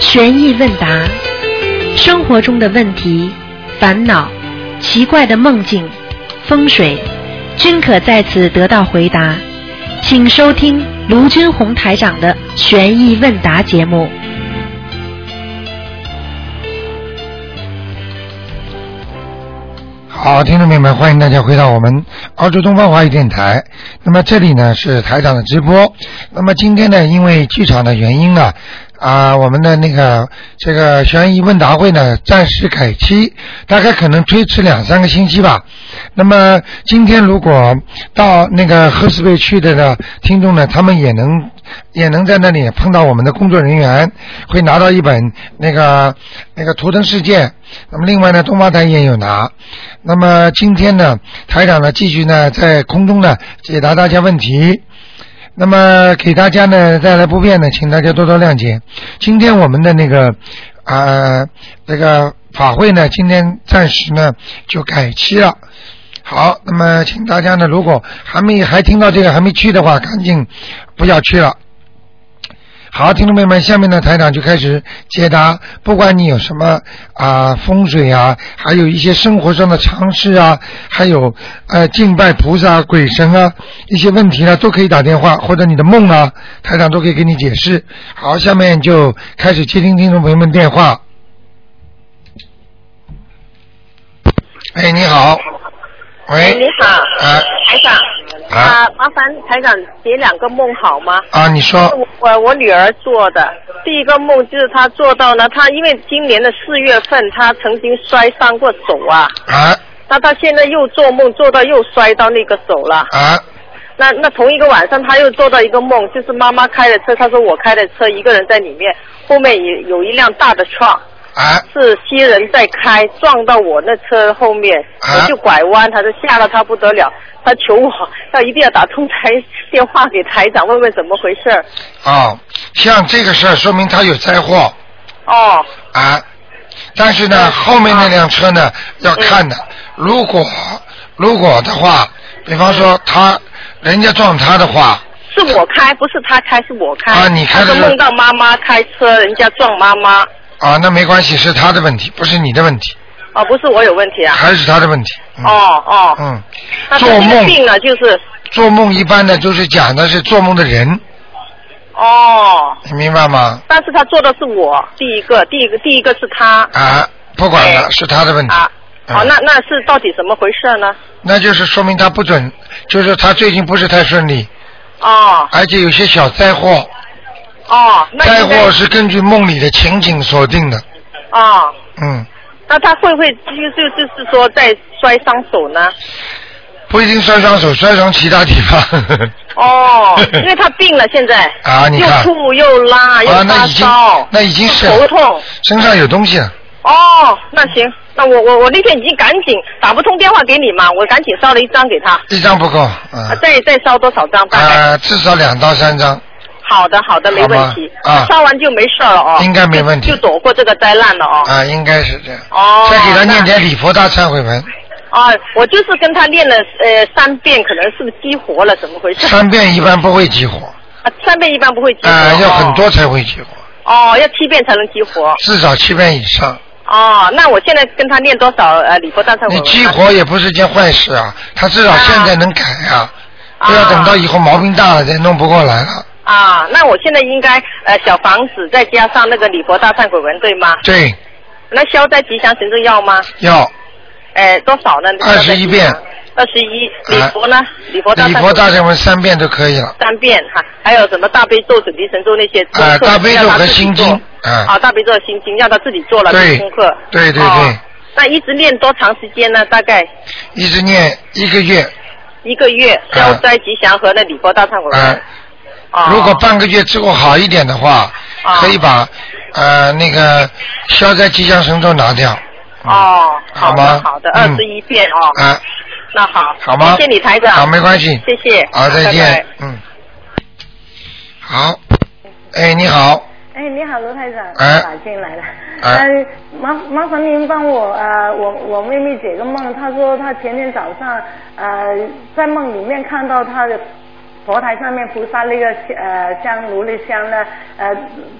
悬疑问答，生活中的问题、烦恼、奇怪的梦境、风水，均可在此得到回答。请收听卢军红台长的悬疑问答节目。好，听众朋友们，欢迎大家回到我们澳洲东方华语电台。那么这里呢是台长的直播。那么今天呢，因为剧场的原因啊，啊，我们的那个这个悬疑问答会呢暂时改期，大概可能推迟两三个星期吧。那么今天如果到那个赫斯贝去的呢听众呢，他们也能也能在那里碰到我们的工作人员，会拿到一本那个那个图腾世界。那么另外呢，东方台也有拿。那么今天呢，台长呢继续呢在空中呢解答大家问题。那么给大家呢带来不便呢，请大家多多谅解。今天我们的那个啊、呃这个法会呢，今天暂时呢就改期了。好，那么请大家呢，如果还没还听到这个还没去的话，赶紧不要去了。好，听众朋友们，下面呢，台长就开始解答，不管你有什么啊、风水啊，还有一些生活上的常识啊，还有呃敬拜菩萨、鬼神啊一些问题呢，都可以打电话或者你的梦啊，台长都可以给你解释。好，下面就开始接听听众朋友们电话。哎，你好，哎，你喂，好，啊台长，啊啊，麻烦台长解两个梦好吗？啊，你说我我我女儿做的第一个梦就是她做到呢，她因为今年的四月份她曾经摔伤过手啊，啊那她现在又做梦做到又摔到那个手了。啊那那同一个晚上她又做到一个梦，就是妈妈开的车，她说我开的车一个人在里面，后面有有一辆大的 truck，啊是西人在开，撞到我那车后面，啊我就拐弯，他就吓得他不得了，他求我要一定要打通台电话给台长问问怎么回事儿。哦，像这个事儿，说明他有灾祸。哦，嗯啊，但是呢，后面那辆车呢要看的。如果如果的话，比方嗯说他人家撞他的话，是我开，不是他开，是我开。啊你开的他是说梦到妈妈开车，人家撞妈妈。啊，那没关系，是他的问题，不是你的问题，哦，不是我有问题啊。还是他的问题。嗯、哦哦，嗯，那他做这个梦病呢，就是做梦一般呢，就是讲的是做梦的人，哦，你明白吗？但是他做的是我第一个，第一个第一个是他啊，不管了，哎是他的问题。啊。嗯哦，那那是到底怎么回事呢？那就是说明他不准，就是他最近不是太顺利，哦而且有些小灾祸，哦，那灾应该祸是根据梦里的情景锁定的。哦，嗯，那他会不会就就就是说在摔伤手呢？不一定摔伤嗯手，摔伤其他地方。 哦，因为他病了，现在啊你又看吐又拉 又啊，发那已经烧，那已经是头痛。身上有东西了。哦，那行，那我我我那天已经赶紧打不通电话给你嘛，我赶紧烧了一张给他，一张不够，啊啊，再再烧多少张？大概、啊，至少两到三张，好的好的，没问题。好吧啊烧完就没事了哦，应该没问题就就躲过这个灾难了哦。啊，应该是这样。哦，再给他念那点礼佛大忏悔文，啊，我就是跟他念了呃三遍，可能是不是激活了？怎么回事？三遍一般不会激活，啊，三遍一般不会激活。啊，要哦很多才会激活，哦，要七遍才能激活。至少七遍以上。哦，那我现在跟他念多少呃礼佛大忏悔你文啊？激活也不是件坏事啊，他至少现在能改啊，啊不要等到以后毛病大了再弄不过来了。啊？那我现在应该呃小房子再加上那个礼佛大忏悔文对吗？对，那消灾吉祥神咒要吗？要呃，多少呢？ 21遍。啊二十一，礼佛呢？礼佛大礼忏佛悔大文忏悔文三遍都可以了。三遍哈，还有什么大悲咒、准提神咒那些功课啊，大悲咒要他和自己心经做，啊，啊，大悲咒、心经要他自己做了对功课。对对哦对，那一直念多长时间呢？大概一直念一个月哦一个月，消灾吉祥和那礼佛大忏悔文啊。。哦如果半个月之后好一点的话，啊可以把呃那个消灾吉祥神咒拿掉。哦，好好的吗好的，二嗯十一遍哦，啊，那好，好吗？谢谢你台长，好，没关系。谢谢，好，再拜见拜。嗯。好。哎，你好。哎，你好，罗台长，哎打进来了。哎呃，麻麻烦您帮我呃，我我妹妹解个梦，她说她前天早上呃在梦里面看到她的佛台上面菩萨那个呃香炉的香呢，呃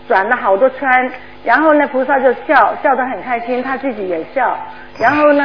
转了好多圈，然后呢菩萨就笑，笑得很开心，他自己也笑，然后呢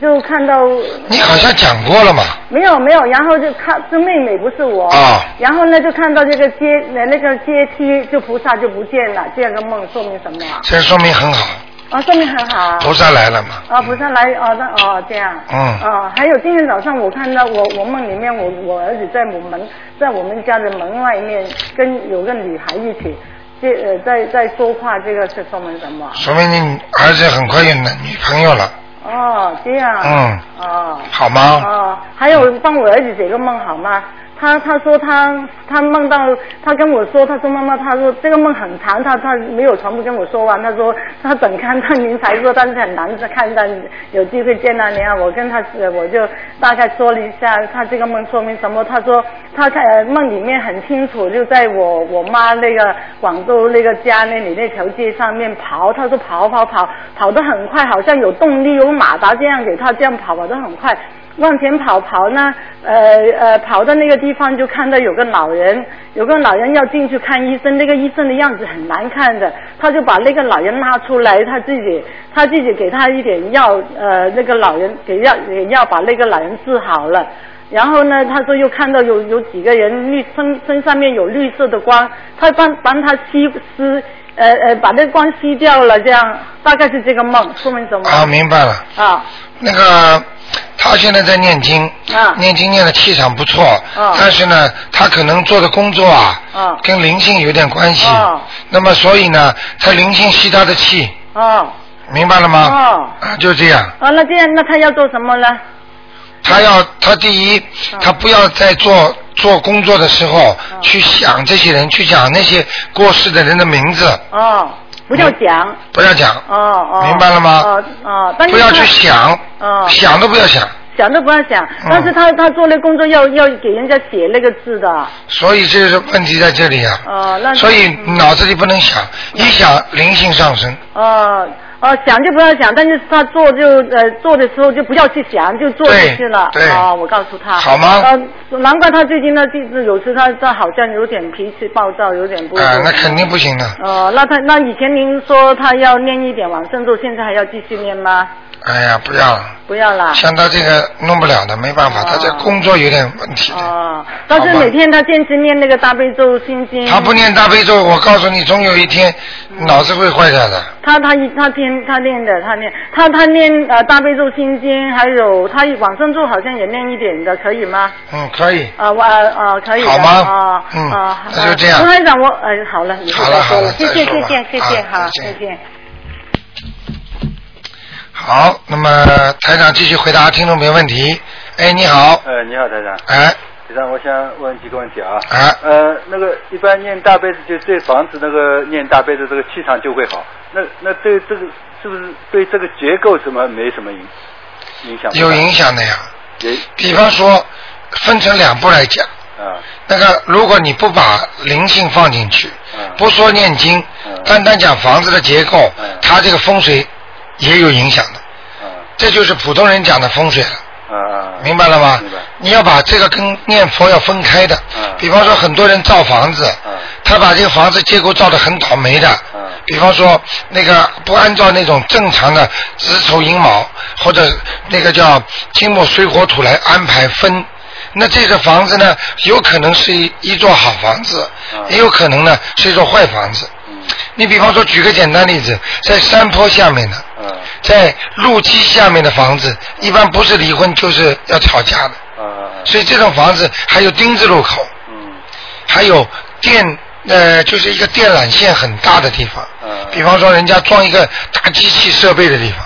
就看到你好像讲过了嘛？没有没有，然后就看这妹妹不是我，啊然后呢就看到这个阶呃那个阶梯就菩萨就不见了，这样个梦说明什么啊？这说明很好，啊，说明很好啊。菩萨来了嘛。啊，菩萨来哦，那哦这样。嗯哦，还有今天早上我看到我我梦里面我我儿子在我们在我们家的门外面跟有个女孩一起，这呃在在说话，这个是说明什么？啊说明你儿子很快有男女朋友了，哦，这样。嗯。哦。好吗？哦，还有帮我儿子解个梦好吗？他他说他他梦到他跟我说，他说妈妈，他说这个梦很长，他他没有全部跟我说完，他说他等看到您才说，但是很难得看到你有机会见到您啊。我跟他呃我就大概说了一下他这个梦说明什么，他说他看呃梦里面很清楚，就在我我妈那个广州那个家那里那条街上面跑，他说跑跑跑跑得很快，好像有动力有马达这样给他这样跑跑得很快。往前跑跑呢，呃呃，跑到那个地方就看到有个老人，有个老人要进去看医生，那个医生的样子很难看的，他就把那个老人拉出来，他自己他自己给他一点药，呃，那个老人给药给药把那个老人治好了。然后呢，他说又看到有有几个人绿身身上面有绿色的光，他帮帮他吸吸，呃呃，把那光吸掉了，这样大概是这个梦，说明什么？啊，明白了。啊那个他现在在念经，啊念经念的气场不错，啊但是呢，他可能做的工作啊，啊跟灵性有点关系，啊那么所以呢，他灵性吸他的气，哦明白了吗？哦啊，就这样。啊，那这样，那他要做什么呢？他要他第一，他不要在做做工作的时候去想这些人，去讲那些过世的人的名字，哦，不叫讲，不要讲，哦哦，明白了吗哦哦，但是不要他去想，哦想嗯都不要想。想都不要想，但是他他做那工作要要给人家写那个字的，所以这是问题在这里啊。哦，那所以脑子里不能想，一想灵性上升，哦哦，想就不要想，但是他做就呃做的时候就不要去想，就做对就去了。对哦，我告诉他。好吗呃，难怪他最近呢，就是有时他他好像有点脾气暴躁，有点不。啊，那肯定不行的。 哦，那他那以前您说他要念一点往生咒，现在还要继续念吗？哎呀，不要了，不要啦。像他这个弄不了的，没办法，哦他这工作有点问题的。哦，但是每天他坚持念那个大悲咒心经。他不念大悲咒，我告诉你，总有一天脑子会坏掉的。 他他一他天他念的他念他他念呃大悲咒心经，还有他往生咒好像也念一点的，可以吗？嗯，可以。啊我呃呃可以的好吗啊嗯啊那就这样卢台长我呃好了，以后好了再好说了谢再谢说谢吧谢谢谢啊好再再见见。好，那么台长继续回答听众朋友问题。哎，你好，呃，你好，台长。哎，台长，我想问几个问题啊。啊呃，那个一般念大悲咒，就对防止那个念大悲咒这个气场就会好。那那对这个是不是对这个结构怎么没什么影影响？有影响的呀。也比方说，分成两步来讲，啊那个如果你不把灵性放进去，嗯不说念经，嗯单单讲房子的结构嗯，它这个风水也有影响的，啊这就是普通人讲的风水了。啊啊！明白了吗明白？你要把这个跟念佛要分开的嗯。比方说，很多人造房子嗯，他把这个房子结构造得很倒霉的嗯。比方说，那个不按照那种正常的子丑寅卯或者那个叫金木水火土来安排分。那这个房子呢，有可能是一一座好房子，嗯也有可能呢是一座坏房子。嗯你比方说，举个简单例子，在山坡下面的，嗯在路基下面的房子，一般不是离婚就是要吵架的，啊啊所以这种房子还有丁字路口，嗯还有电呃，就是一个电缆线很大的地方，嗯比方说人家装一个大机器设备的地方，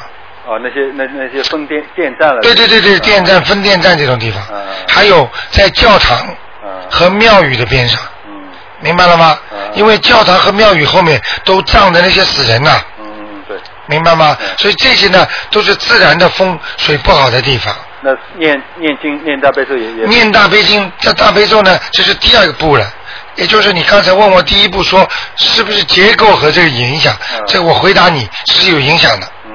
哦，那些那那些分电电站了。啊对对对对，电站分电站这种地方嗯，还有在教堂啊和庙宇的边上，嗯明白了吗？嗯因为教堂和庙宇后面都葬的那些死人呐、嗯嗯对。明白吗嗯？所以这些呢都是自然的风水不好的地方。那念念经念大悲咒也也念大悲经，这大悲咒呢，这是第二个步了，也就是你刚才问我第一步说是不是结构和这个影响嗯，这我回答你是有影响的，嗯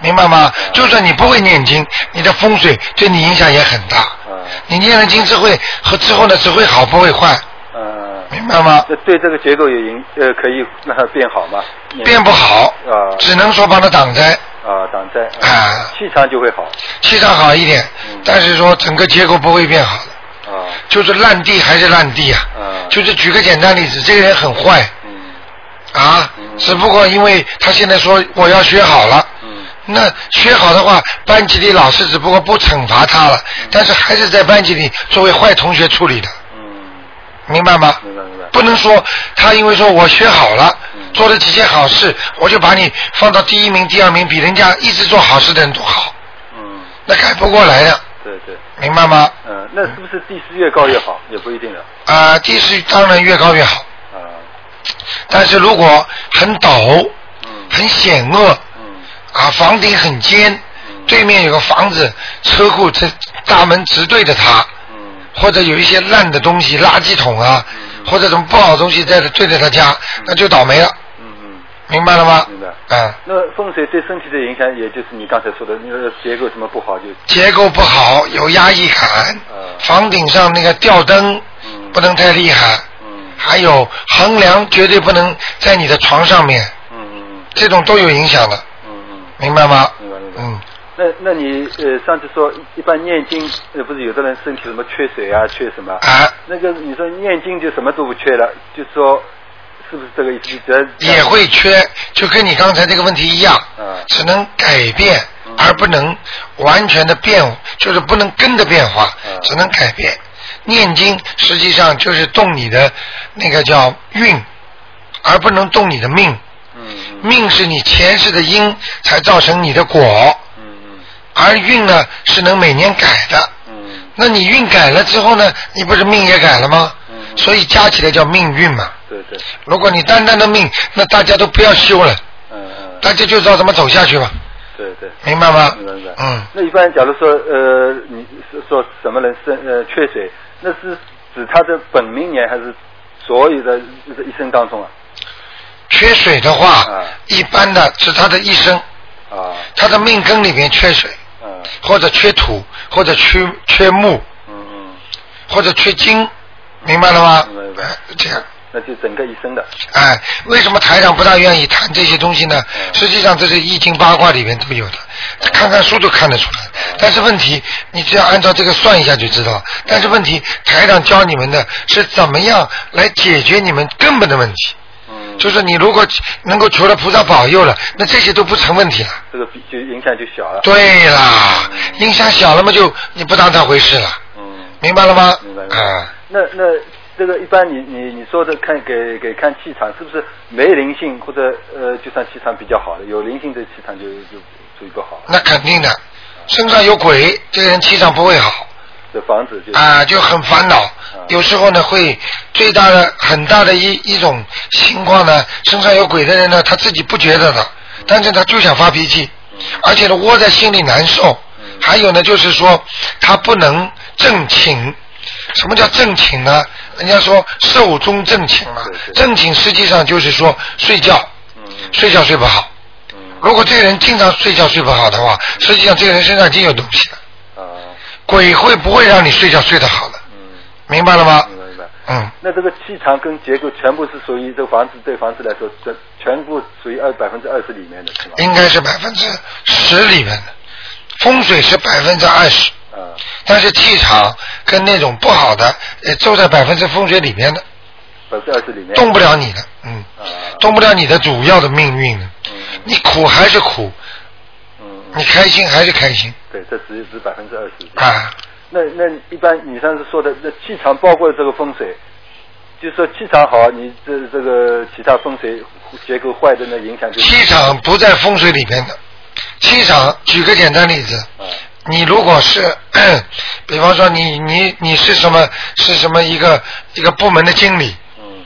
明白吗？就算你不会念经，你的风水对你影响也很大嗯，你念了经之后和之后呢，只会好不会坏，嗯，明白吗？那对这个结构有影呃，可以让它变好吗？念变不好，啊只能说帮他挡灾，啊，挡灾啊气场就会好气场好一点嗯，但是说整个结构不会变好的，啊，就是烂地还是烂地啊。嗯就是举个简单例子，这个人很坏嗯啊，嗯只不过因为他现在说我要学好了。嗯那学好的话，班级里老师只不过不惩罚他了，但是还是在班级里作为坏同学处理的，嗯，明白吗？明白明白，不能说他因为说我学好了，嗯做了几件好事，我就把你放到第一名、第二名，比人家一直做好事的人都好，嗯，那改不过来的，对对，明白吗？嗯，那是不是地势越高越好？也不一定的啊、地势当然越高越好，啊，但是如果很陡、嗯很险恶嗯啊，房顶很尖，嗯对面有个房子，车库这大门直对着它，嗯或者有一些烂的东西、垃圾桶啊，嗯或者什么不好的东西在对着他家，那就倒霉了，嗯嗯，明白了吗？明白。嗯，那风水对身体的影响，也就是你刚才说的，你说结构什么不好就结构不好，有压抑感，嗯房顶上那个吊灯嗯不能太厉害，嗯还有横梁绝对不能在你的床上面，嗯嗯这种都有影响的，嗯嗯，明白吗？明白明白。嗯，那那你呃上次说一般念经呃不是有的人身体什么缺水啊缺什么啊啊，那个你说念经就什么都不缺了，就说是不是这个意思？只要也会缺，就跟你刚才这个问题一样，嗯只能改变嗯，而不能完全的变，就是不能根的变化嗯，只能改变。念经实际上就是动你的那个叫运，而不能动你的命。嗯嗯命是你前世的因才造成你的果，嗯而运呢是能每年改的。嗯那你运改了之后呢，你不是命也改了吗？嗯，所以加起来叫命运嘛。对对，如果你单单的命，那大家都不要修了，嗯嗯大家就知道怎么走下去吧，对对。明白吗？明白明白嗯，那一般假如说呃你是说什么人生呃缺水，那是指他的本命年还是所有的一生当中啊？缺水的话嗯，一般的是他的一生，啊他的命根里面缺水，嗯或者缺土，或者缺缺木，嗯嗯，或者缺金，明白了吗明白明？白哎这样。那就整个一生的。哎，为什么台长不大愿意谈这些东西呢？嗯实际上这是易经八卦里面都有的，看看书就看得出来。但是问题，你只要按照这个算一下就知道。但是问题，台长教你们的是怎么样来解决你们根本的问题。嗯，就是你如果能够求了菩萨保佑了，那这些都不成问题了。这个比就影响就小了。对啦，影响小了嘛，就你不当它回事了，嗯，明白了吗？明白明白。啊、那那这个一般你你你说的看给给看气场是不是没灵性或者呃就算气场比较好的，有灵性的气场就就注意不好，那肯定的，身上有鬼，这个人气场不会好。这房子就啊、就很烦恼。有时候呢，会最大的很大的一一种情况呢，身上有鬼的人呢，他自己不觉得的，但是他就想发脾气，嗯而且呢窝在心里难受。还有呢，就是说他不能正寝。什么叫正寝呢？人家说寿终正寝嘛对，对正寝实际上就是说睡觉，嗯睡觉睡不好。嗯如果这个人经常睡觉睡不好的话，实际上这个人身上已经有东西了。啊鬼会不会让你睡觉睡得好的？嗯，明白了吗？明白明白。嗯，那这个气场跟结构全部是属于这个房子对房子来说，全全部属于二百分之二十里面的是吗？应该是百分之十里面的，风水是百分之二十，啊但是气场跟那种不好的，呃，都在百分之风水里面的，百分之二十里面。动不了你的，嗯，啊，动不了你的主要的命运的，嗯你苦还是苦，嗯嗯，你开心还是开心对，这只是百分之二十。啊？那那一般你上次说的那气场包括这个风水，就是说气场好，你这这个其他风水结构坏的那影响就气场不在风水里面的，气场，举个简单例子，啊你如果是，比方说你你你是什么是什么一个一个部门的经理，嗯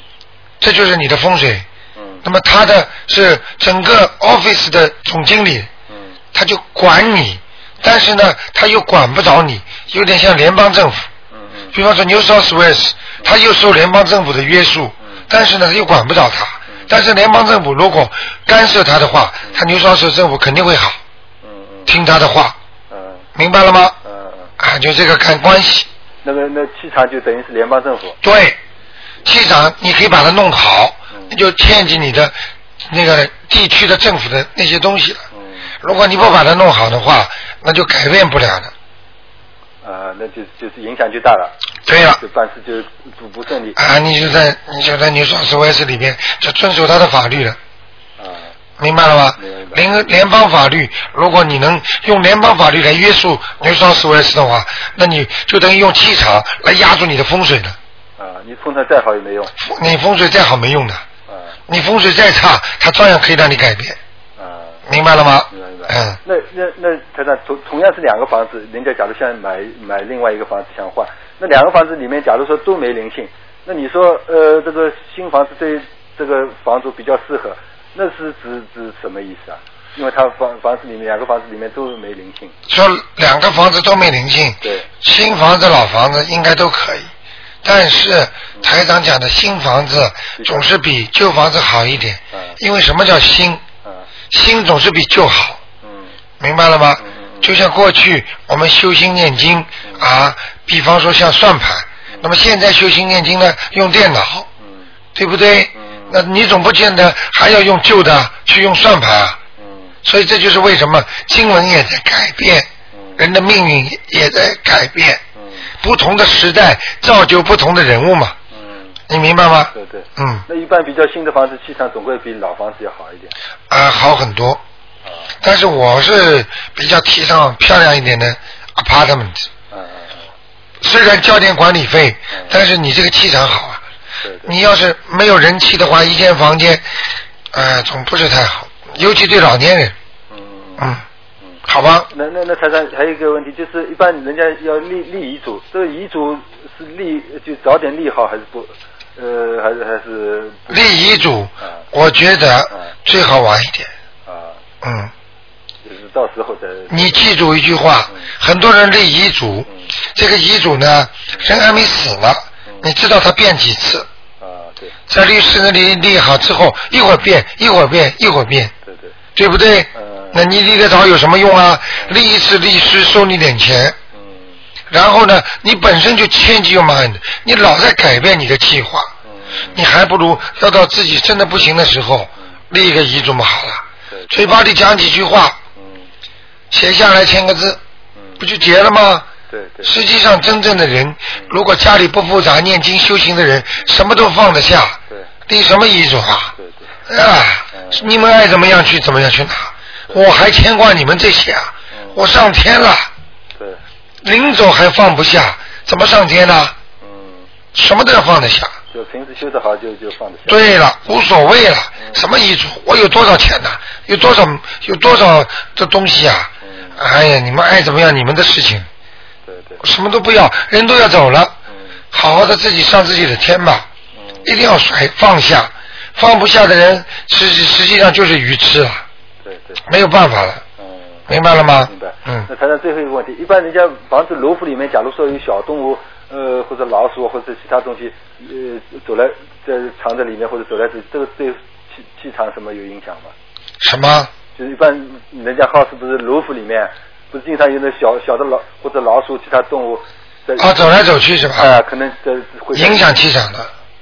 这就是你的风水。嗯那么他的是整个 office 的总经理，嗯他就管你，但是呢，他又管不着你，有点像联邦政府。嗯嗯比方说 New South Wales，他又受联邦政府的约束嗯，但是呢，他又管不着他。但是联邦政府如果干涉他的话，他 New South Wales 政府肯定会好，嗯嗯听他的话，嗯明白了吗？嗯嗯，啊，就这个看关系。那个那气场就等于是联邦政府，对，气场你可以把它弄好，嗯那就惦记你的那个地区的政府的那些东西了。嗯，如果你不把它弄好的话，那就改变不了的。啊，那就就是影响就大了，对了就，办事就不不顺利啊，你就在你就在你所思维斯里边就遵守他的法律了，啊，明白了吗明？白联联邦法律，如果你能用联邦法律来约束你所思维斯的话，那你就等于用气场来压住你的风水了。啊，你碰上再好也没用，你风水再好没用的，啊你风水再差，它照样可以让你改变，啊。明白了吗？明白明嗯白。。那那那，台长同同样是两个房子，人家假如想买买另外一个房子想换，那两个房子里面假如说都没灵性，那你说呃这个新房子对这个房主比较适合，那是指指什么意思啊？因为他房房子里面两个房子里面都没灵性，说两个房子都没灵性，对，新房子、老房子应该都可以，但是台长讲的新房子总是比旧房子好一点嗯，因为什么叫新？啊，新总是比旧好，嗯明白了吗嗯嗯？嗯就像过去我们修心念经嗯啊，比方说像算盘嗯，那么现在修心念经呢，用电脑，嗯对不对嗯？那你总不见得还要用旧的去用算盘啊，嗯所以这就是为什么经文也在改变。嗯人的命运也在改变，嗯不同的时代造就不同的人物嘛，嗯，你明白吗？对对。嗯，啊、那一般比较新的房子气场总归比老房子要好一点呃好很多，啊但是我是比较提倡漂亮一点的 apartment，啊啊啊！虽然交点管理费嗯，但是你这个气场好啊，对对。你要是没有人气的话，一间房间，呃，总不是太好，尤其对老年人，嗯嗯嗯嗯，嗯。好吧，那那那财产还有一个问题，就是一般人家要立立遗嘱，这个遗嘱是立就早点立好还是不？呃，还是还是不立遗嘱嗯，我觉得嗯最好晚一点，啊，嗯。就是到时候再你记住一句话嗯，很多人立遗嘱嗯，这个遗嘱呢，人还没死呢嗯，你知道他变几次？啊，对在律师那里立好之后，一会儿变，一会儿变，一会儿变，对对，对不对嗯？那你立得早有什么用啊？立一次律师收你点钱，嗯然后呢，你本身就千机万mind，你老在改变你的计划，嗯你还不如要到自己真的不行的时候嗯立一个遗嘱嘛好了，对嘴巴里讲几句话，嗯写下来签个字，嗯，不就结了吗？对对，实际上，真正的人，如果家里不复杂，念经修行的人，什么都放得下，对立什么遗嘱啊？对对，啊，嗯 你们爱怎么样去怎么样去拿，我还牵挂你们这些啊嗯？我上天了，对，临走还放不下，怎么上天呢？嗯，什么都要放得下。就平时修得好就就放得下，对了，无所谓了，嗯什么遗嘱？我有多少钱呢、有多少有多少的东西啊？嗯哎呀，你们爱怎么样，你们的事情，对对，什么都不要，人都要走了。嗯好好的自己上自己的天吧，嗯一定要甩放下，放不下的人实实际上就是愚痴了，对对，没有办法了，嗯。明白了吗？明白。嗯那，谈谈最后一个问题，一般人家房子楼房里面，假如说有小动物，呃，或者老鼠或者其他东西，呃，走来在藏在里面或者走来走，去，这个对气气场什么有影响吗？什么？就是一般人家 house 不是楼房里面，不是经常有那小小的老或者老鼠其他动物在啊，走来走去是吧？啊、可能在会影响气场的，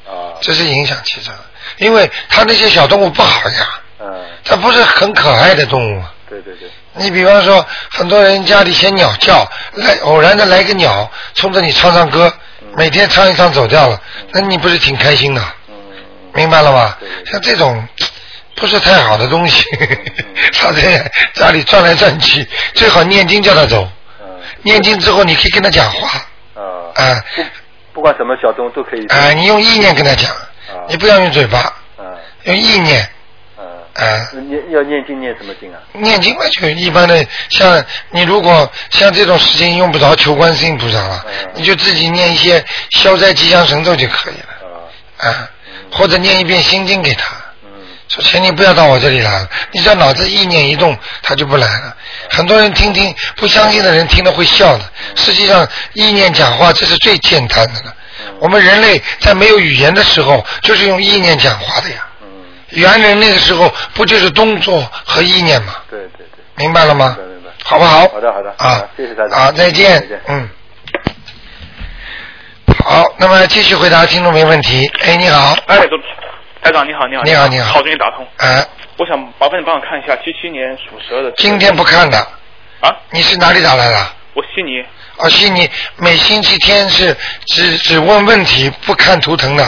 啊，这是影响气场，因为它那些小动物不好呀，嗯，它不是很可爱的动物啊。对对对，你比方说，很多人家里嫌鸟叫，来偶然的来个鸟，冲着你唱唱歌，每天唱一唱走掉了，那你不是挺开心的？嗯嗯明白了吗对对？对像这种不是太好的东西， 他在家里转来转去，最好念经叫他走。嗯 念经之后，你可以跟他讲话，啊，啊不不管什么小动物都可以啊、你用意念跟他讲，你不要用嘴巴，啊用意念，啊，啊、念要念经念什么经啊？念经嘛，就一般的，像你如果像这种事情用不着求观世音菩萨了嗯，你就自己念一些消灾吉祥神咒就可以了，啊，啊、或者念一遍心经给他，嗯说请你不要到我这里来了，你只要脑子意念一动，他就不来了。嗯很多人听听不相信的人听了会笑的，实际上意念讲话这是最简单的了。嗯我们人类在没有语言的时候，就是用意念讲话的呀。嗯，猿人那个时候不就是动作和意念吗？对对对，明白了吗明白？明白。好不好？好的好的啊，谢谢大家好，再见再见，嗯。好，那么继续回答听众没问题。哎，你好，哎，董台长你好，你好，你好你好好，终于打通。呃，我想麻烦你帮我看一下七七年属蛇的。今天不看的，啊，你是哪里打来的？我悉尼。哦，悉尼每星期天是只只问问题不看图腾的，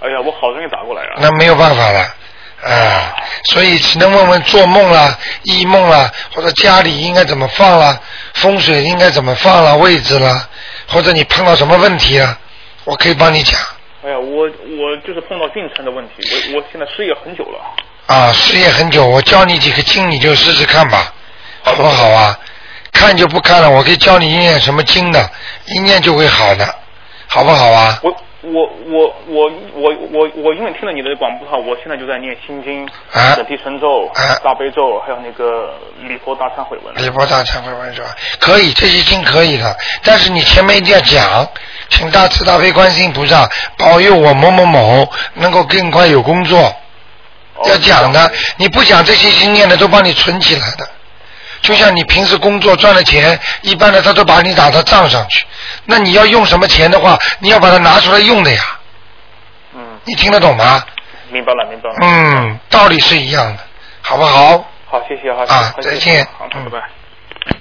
哎呀，我好容易打过来啊。那没有办法了。啊，所以只能问问做梦啦、异梦啦，或者家里应该怎么放啦，风水应该怎么放啦、位置啦，或者你碰到什么问题啊，我可以帮你讲。哎呀，我我就是碰到运程的问题，我我现在失业很久了。啊，失业很久，我教你几个经，你就试试看吧，好不好啊？看就不看了，我可以教你念什么经的，一念就会好的，好不好啊？我我我我我我我因为听了你的广播哈，我现在就在念心经、啊准提神咒啊、大悲咒，还有那个礼佛大忏悔文。李博大忏悔文说可以，这些经可以的，但是你前面一定要讲，请大慈大悲观世音菩萨保佑我某某某能够更快有工作，哦要讲的，你不讲这些经念的都帮你存起来的。就像你平时工作赚了钱，一般的他都把你打到账上去。那你要用什么钱的话，你要把它拿出来用的呀。嗯，你听得懂吗？明白了，明白了。嗯，道理是一样的，好不好？好，谢谢，好，啊谢谢再见好，嗯拜拜。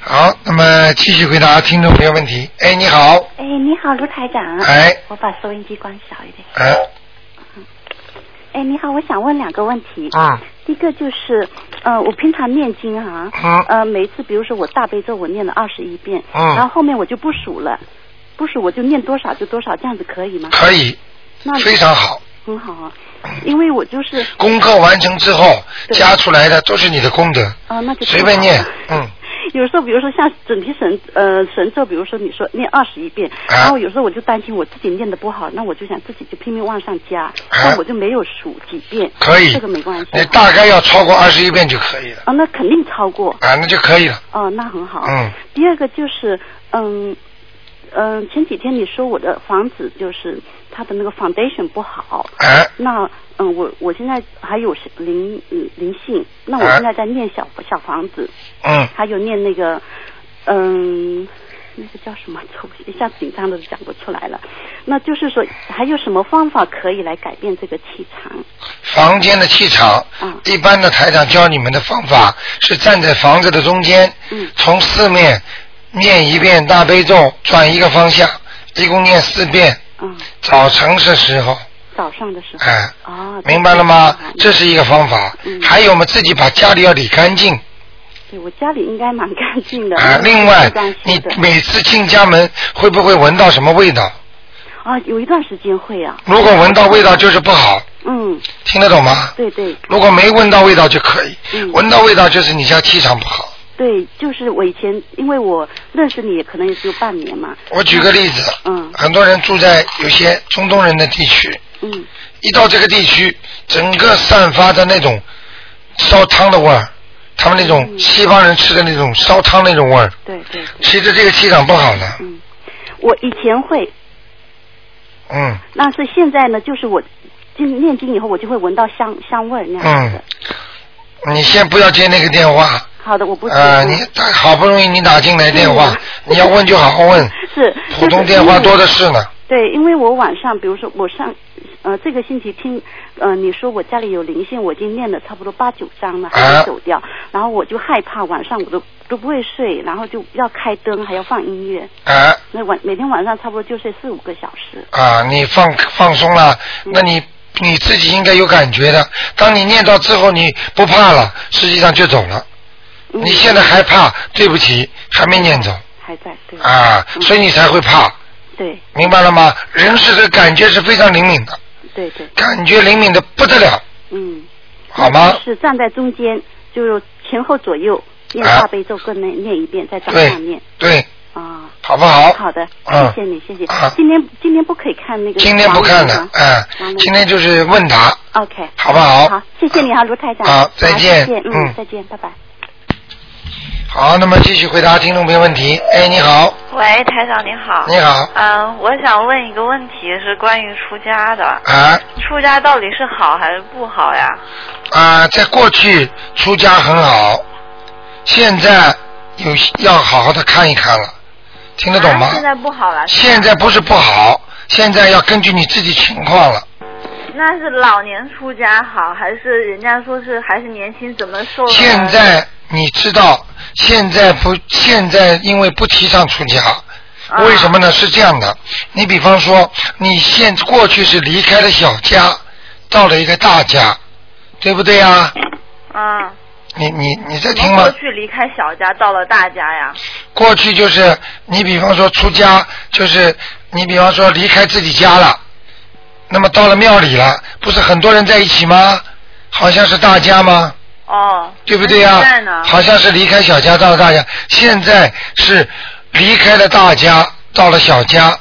好，那么继续回答听众朋友问题。哎，你好，哎，你好，卢台长。哎，我把收音机关小一点。哎，哎，你好，我想问两个问题。嗯第一个就是，呃，我平常念经哈、嗯呃，每一次比如说我大悲咒我念了二十一遍，嗯然后后面我就不数了，不数我就念多少就多少，这样子可以吗？可以，那非常好。很好啊，因为我就是，功课完成之后对加出来的都是你的功德，呃，那就随便念太好了，嗯。 有时候，比如说像准提神呃神咒，比如说你说念二十一遍，啊然后有时候我就担心我自己念的不好，那我就想自己就拼命往上加，那我就没有数几遍，啊可以这个没关系。你大概要超过二十一遍就可以了，啊，那肯定超过啊，那就可以了，哦，那很好。嗯。第二个就是，嗯嗯，前几天你说我的房子就是它的那个 foundation 不好，哎，那嗯，我我现在还有是灵嗯灵性，那我啊现在在念小小房子，嗯，还有念那个嗯。那个叫什么？抽一下紧张的讲不出来了。那就是说，还有什么方法可以来改变这个气场？房间的气场嗯，一般的台长教你们的方法是站在房子的中间嗯，从四面念一遍大悲咒，转一个方向，一共念四遍。嗯，早晨是时候，早上的时候。哎，啊，明白了吗对？这是一个方法。嗯还有我们自己把家里要理干净对我家里应该蛮干净的。啊。另外蛮干，净你的每次进家门会不会闻到什么味道？啊，有一段时间会啊，如果闻到味道就是不好，嗯，听得懂吗？对对如果没闻到味道就可以，嗯闻到味道就是你家气场不好。对，就是我以前因为我认识你，可能也只有半年嘛，我举个例子，嗯很多人住在有些中东人的地区，嗯，一到这个地区，整个散发的那种烧汤的味儿，他们那种嗯西方人吃的那种烧汤那种味儿，对对对，其实这个气场不好的，嗯，我以前会，嗯但是现在呢，就是我进念经以后，我就会闻到香香味儿那样子嗯。，你先不要接那个电话，好的，我不呃，嗯你打好不容易你打进来电话嗯， 你要问就好好 问，是普通电话多的。就是因为是呢，对，因为我晚上，比如说我上，呃，这个星期听，呃，你说我家里有灵性，我已经念了差不多八九章了，还啊没走掉，然后我就害怕晚上我都都不会睡，然后就要开灯，还要放音乐，啊。那晚每天晚上差不多就睡四五个小时。啊，你放放松了，嗯那你你自己应该有感觉的。当你念到之后，你不怕了，实际上就走了。嗯你现在还怕，对不起，还没念走还在对啊，嗯所以你才会怕，对明白了吗？人是这感觉是非常灵敏的，对对，感觉灵敏的不得了，嗯，好吗那就？是站在中间，就是前后左右念啊大悲咒各念念一遍，再早对上念对，啊。好不好？好的，嗯谢谢你，谢谢啊。今天今天不可以看那个。今天不看了，哎、今天就是问答， OK，好不好？好，谢谢你啊，卢台长。好再见好谢谢，嗯嗯，再见，拜拜。好，那么继续回答听众朋友问题。哎，你好，喂，台长您好。你好，嗯，我想问一个问题，是关于出家的。啊。出家到底是好还是不好呀？啊、在过去出家很好，现在有要好好的看一看了，听得懂吗？啊现在不好了。是吧现在不是不好，现在要根据你自己情况了。那是老年出家好，还是人家说是还是年轻怎么受？现在你知道，现在不，现在因为不提倡出家，啊为什么呢？是这样的，你比方说，你现过去是离开了小家，到了一个大家，对不对呀？啊，你你你在怎听么吗？过去离开小家到了大家呀？过去就是你比方说出家，就是你比方说离开自己家了，那么到了庙里了，不是很多人在一起吗？好像是大家吗？哦，对不对呀、那现在呢？好像是离开小家到了大家，现在是离开了大家到了小家，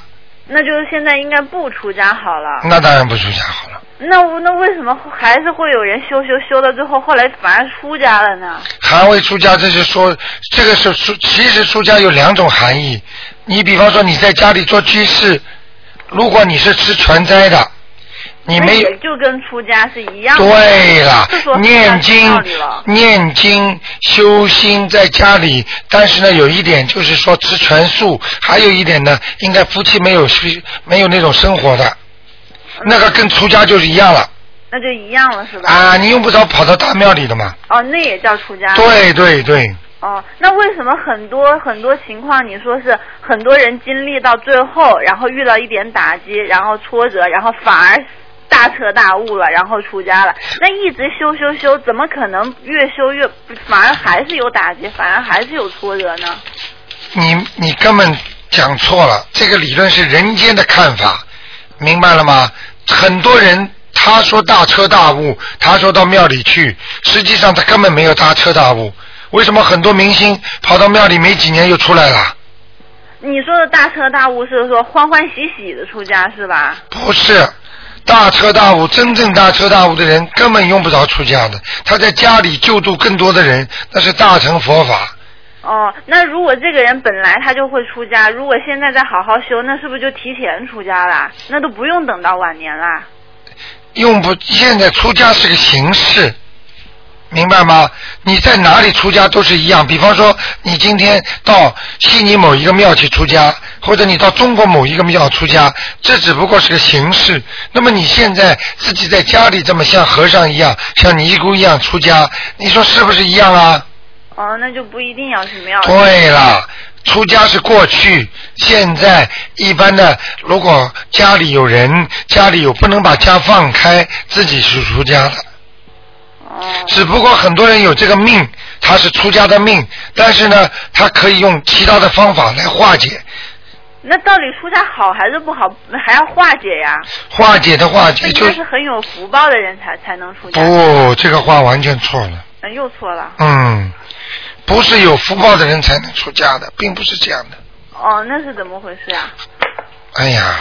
那就是现在应该不出家好了。那当然不出家好了，那我那为什么还是会有人修修修到最后，后来反而出家了呢？还会出家，这是说这个是出，其实出家有两种含义。你比方说你在家里做居士，如果你是吃全斋的，你那没有。也就跟出家是一样的。对了哎是说，念道经理了、念经、修心在家里，但是呢，有一点就是说吃全素，还有一点呢，应该夫妻没有虚没有那种生活的，那个跟出家就是一样了那就一样了是吧？啊，你用不着跑到大庙里的嘛。哦，那也叫出家。对对对，哦，那为什么很多很多情况，你说是很多人经历到最后，然后遇到一点打击，然后挫折，然后反而大彻大悟了，然后出家了？那一直修修修，怎么可能越修越反而还是有打击，反而还是有挫折呢？你你根本讲错了，这个理论是人间的看法，明白了吗？很多人他说大彻大悟，他说到庙里去，实际上他根本没有大彻大悟。为什么很多明星跑到庙里没几年又出来了？你说的大彻大悟是说欢欢喜喜的出家是吧？不是，大彻大悟，真正大彻大悟的人根本用不着出家的，他在家里救度更多的人，那是大乘佛法。哦，那如果这个人本来他就会出家，如果现在再好好修，那是不是就提前出家啦？那都不用等到晚年啦。用不现在出家是个形式，明白吗？你在哪里出家都是一样。比方说，你今天到悉尼某一个庙去出家，或者你到中国某一个庙出家，这只不过是个形式。那么你现在自己在家里这么像和尚一样，像尼姑一样出家，你说是不是一样啊？哦，那就不一定要去庙。对了，出家是过去，现在一般的，如果家里有人，家里有不能把家放开，自己是出家的。只不过很多人有这个命，他是出家的命，但是呢，他可以用其他的方法来化解，那到底出家好还是不好，还要化解呀？化解的话那也应就该是很有福报的人才才能出家。不，这个话完全错了。嗯，又错了。嗯，不是有福报的人才能出家的，并不是这样的。哦，那是怎么回事啊呀？哎呀，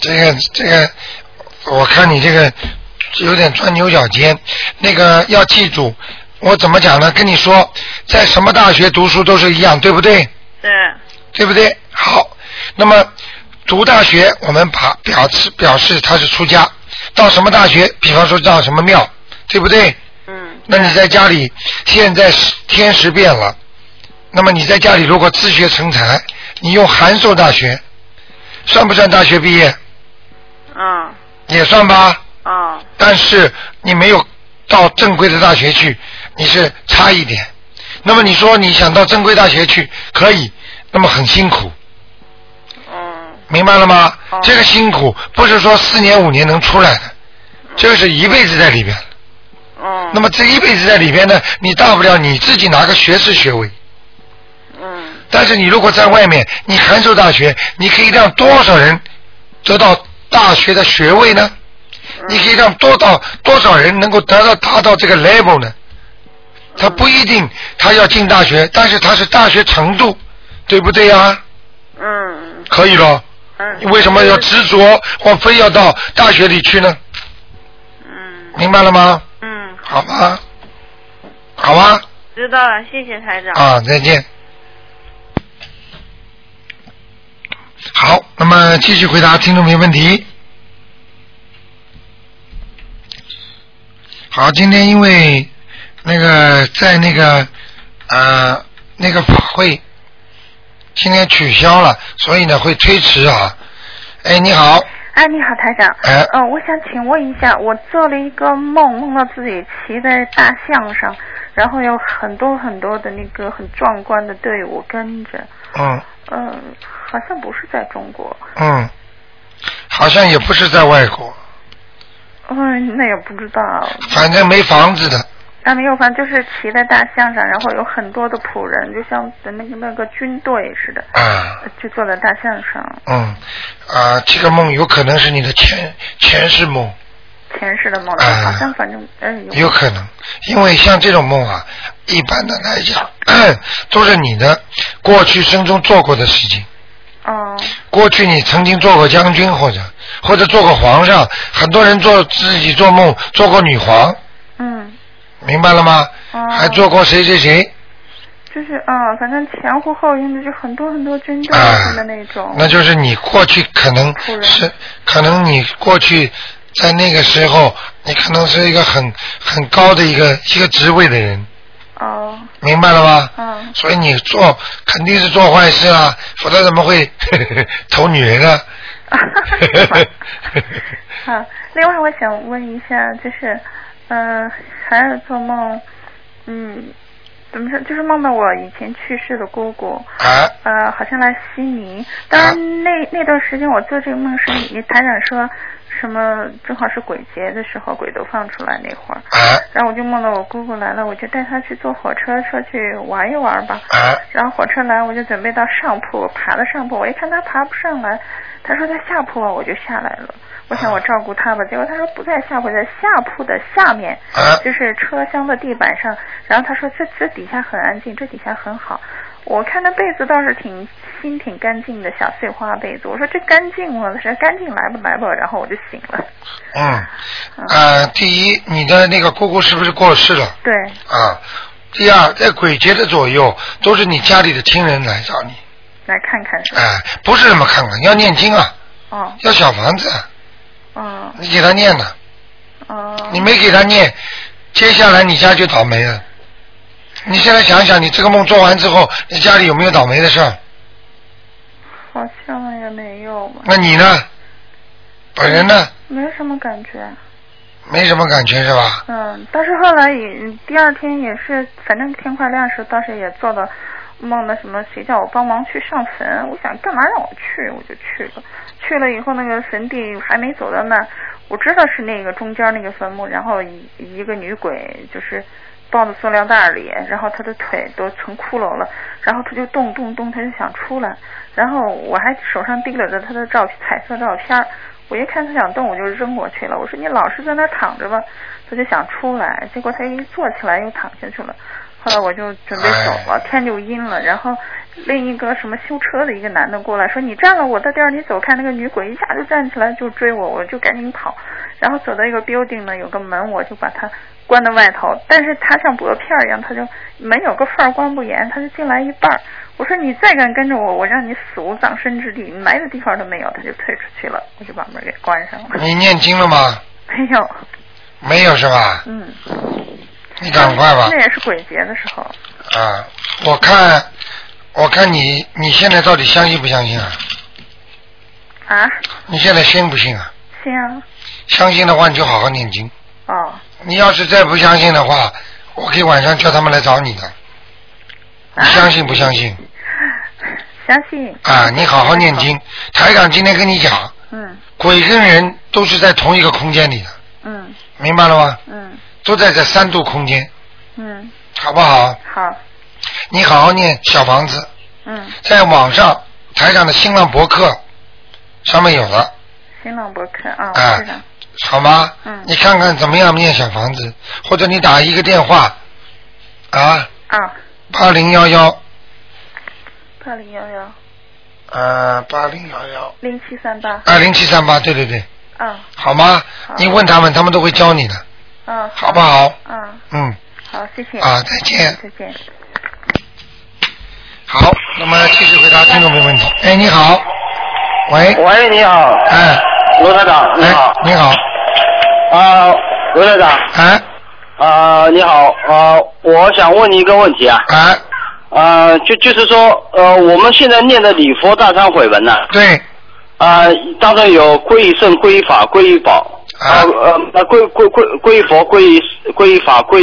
这个这个，我看你这个有点钻牛角尖。那个要记住，我怎么讲呢？跟你说，在什么大学读书都是一样，对不对？对，对不对？好，那么读大学，我们把表示表示他是出家，到什么大学？比方说到什么庙，对不对？嗯，那你在家里现在是天时变了，那么你在家里如果自学成才，你用函授大学，算不算大学毕业？嗯，也算吧，哦，但是你没有到正规的大学去，你是差一点。那么你说你想到正规大学去，可以，那么很辛苦，嗯，明白了吗哦？这个辛苦不是说四年五年能出来的，这个是一辈子在里边。嗯，那么这一辈子在里边呢，你大不了你自己拿个学士学位，嗯，但是你如果在外面，你函授大学，你可以让多少人得到大学的学位呢？嗯你可以让多少多少人能够得到达到这个 level 呢？他不一定他要进大学，但是他是大学程度，对不对呀、嗯，可以咯。嗯，你为什么要执着或非要到大学里去呢？嗯明白了吗？嗯，好吗？好啊吗？知道了，谢谢台长。啊，再见。好，那么继续回答听众朋友问题。好，今天因为那个在那个呃那个法会今天取消了，所以呢会推迟啊。哎，你好，哎，你好，台长。哎嗯、我想请问一下，我做了一个梦，梦到自己骑在大象上，然后有很多很多的那个很壮观的队伍跟着。嗯嗯、好像不是在中国。嗯，好像也不是在外国，嗯，那也不知道。反正没房子的，啊，没有，反正就是骑在大象上，然后有很多的仆人，就像那个那个军队似的，啊，就坐在大象上，嗯，啊，这个梦有可能是你的前前世梦，前世的梦，啊好像反正嗯有可能，因为像这种梦啊，一般的来讲 都是你的过去生中做过的事情。哦，过去你曾经做过将军，或者或者做过皇上，很多人做自己做梦做过女皇，嗯，明白了吗？哦还做过谁谁谁，就是啊、反正前呼后拥的就很多很多军队啊似的那种，那就是你过去可能是可能你过去在那个时候，你可能是一个很很高的一个一个职位的人，哦，明白了吗？嗯，所以你做肯定是做坏事啊，否则怎么会 投女人呢？ 啊，另外我想问一下，就是，呃，还有做梦，嗯，怎么说，就是梦到我以前去世的姑姑，啊，呃，好像来悉尼。当然那，那段时间我做这个梦是你台长说什么，正好是鬼节的时候，鬼都放出来那会儿，啊然后我就梦到我姑姑来了，我就带她去坐火车，说去玩一玩吧。啊然后火车来，我就准备到上铺，我爬到上铺，我一看她爬不上来，她说在下铺啊，我就下来了。我啊想我照顾她吧，结果她说不在下铺，在下铺的下面，啊就是车厢的地板上。然后她说这这底下很安静，这底下很好。我看那被子倒是挺新、挺干净的小碎花被子，我说这干净吗？她说干净来吧来吧，然后我就醒了。 嗯，呃，第一，你的那个姑姑是不是过世了？对，啊，第二，在鬼节的左右，都是你家里的亲人来找你，来看看是吧？哎、不是什么看看，要念经啊，哦，要小房子啊，嗯，你给他念呢，哦，你没给他念，接下来你家就倒霉了。你现在想想，你这个梦做完之后，你家里有没有倒霉的事儿？好像也没有吧。那你呢？本人呢？没什么感觉。没什么感觉是吧？嗯，但是后来也第二天也是，反正天快亮的时候，当时也做了梦的什么，谁叫我帮忙去上坟？我想干嘛让我去，我就去了。去了以后，那个坟地还没走到那儿，我知道是那个中间那个坟墓，然后一一个女鬼就是抱在塑料袋里，然后她的腿都成骷髅了，然后她就动动动，她就想出来，然后我还手上提溜着她的照片彩色照片儿，我一看她想动，我就扔过去了，我说你老是在那儿躺着吧，她就想出来，结果她一坐起来又躺下去了。后来我就准备走了，天就阴了。然后另一个什么修车的一个男的过来说：“你站了，我到地儿，你走开。”那个女鬼一下就站起来就追我，我就赶紧跑。然后走到一个 building 呢，有个门，我就把它关到外头。但是它像薄片儿一样，它就门有个缝儿关不严，它就进来一半儿。我说：“你再敢跟着我，我让你死无葬身之地，你埋的地方都没有。”他就退出去了，我就把门给关上了。 你念经了吗？没有，没有是吧？嗯，你赶快吧。那也是鬼节的时候。啊，我看，我看你你现在到底相信不相信啊？啊，你现在信不信啊？信啊，相信的话，你就好好念经。哦。你要是再不相信的话，我可以晚上叫他们来找你的。你相信不相信？相信。啊，你好好念经。台长今天跟你讲，嗯鬼跟人都是在同一个空间里的，嗯明白了吗？嗯都在这三度空间，嗯，好不好？好，你好好念小房子，嗯，在网上台长的新浪博客上面有了，新浪博客啊，啊是的，好吗？嗯你看看怎么样念小房子，或者你打一个电话啊，啊，八零幺幺八零幺幺呃八零幺幺零七三八，二啊零七三八，对对对，啊好吗？你问他们，他们都会教你的，啊，好不好？啊，嗯，好，谢谢啊再见再见。好，那么继续回答听众朋友问题。哎，你好，喂，喂，你好，哎，罗台长，你好，你好，啊，罗台长，哎，啊，你好，啊，我想问你一个问题啊。啊。啊，就就是说，呃，我们现在念的礼佛大忏悔文呐、对。啊，当中有皈依圣、皈依法、皈依宝。啊。呃，呃皈皈皈皈依佛、皈依皈依法、皈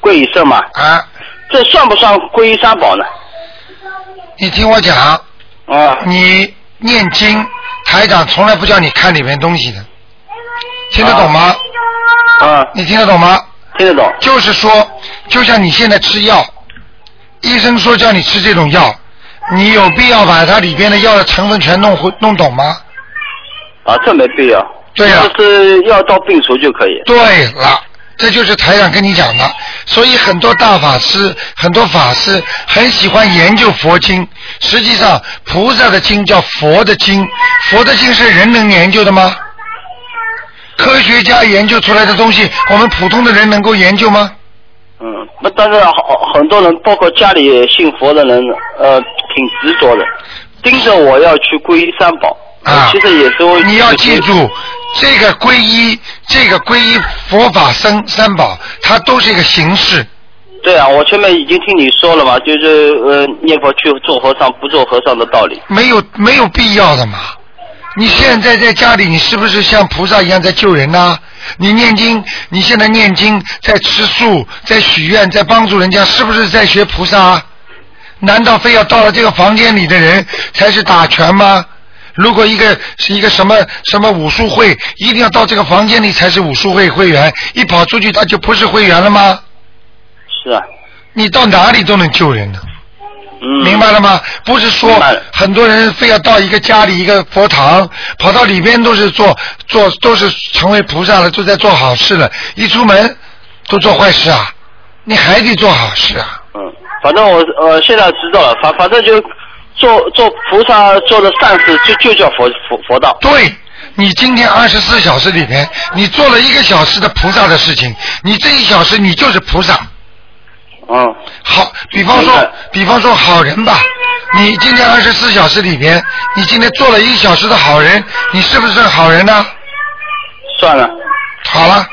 皈依圣嘛。啊。这算不算皈依三宝呢？你听我讲。啊。你念经，台长从来不叫你看里面东西的，听得懂吗？啊。你听得懂吗？听得懂。就是说，就像你现在吃药，医生说叫你吃这种药，你有必要把它里边的药的成分全弄回弄懂吗？啊，这没必要。对啊呀就是药到病除就可以。对了，这就是台长跟你讲的。所以很多大法师、很多法师很喜欢研究佛经。实际上，菩萨的经叫佛的经，佛的经是人能研究的吗？科学家研究出来的东西，我们普通的人能够研究吗？嗯，那但是好很多人，包括家里信佛的人，呃，挺执着的，盯着我要去皈依三宝。啊，呃其实也是会你要记住，这个皈依，这个皈依佛法三三宝，它都是一个形式。对啊，我前面已经听你说了嘛，就是呃，念佛去做和尚，不做和尚的道理。没有没有必要的嘛。你现在在家里，你是不是像菩萨一样在救人呐、你念经，你现在念经，在吃素，在许愿，在帮助人家，是不是在学菩萨啊？难道非要到了这个房间里的人才是打拳吗？如果一个是一个什么什么武术会，一定要到这个房间里才是武术会会员，一跑出去他就不是会员了吗？是啊，你到哪里都能救人的。明白了吗？不是说很多人非要到一个家里一个佛堂，跑到里边都是做做都是成为菩萨了，都在做好事了，一出门都做坏事啊，你还得做好事啊。嗯，反正我呃现在知道了，反反正就做做菩萨做的善事，就就叫佛佛佛道。对，你今天二十四小时里面，你做了一个小时的菩萨的事情，你这一小时你就是菩萨。嗯。好，比方明说白，比方说好人吧，你今天二十四小时里面，你今天做了一小时的好人，你是不是好人呢？算了。好了，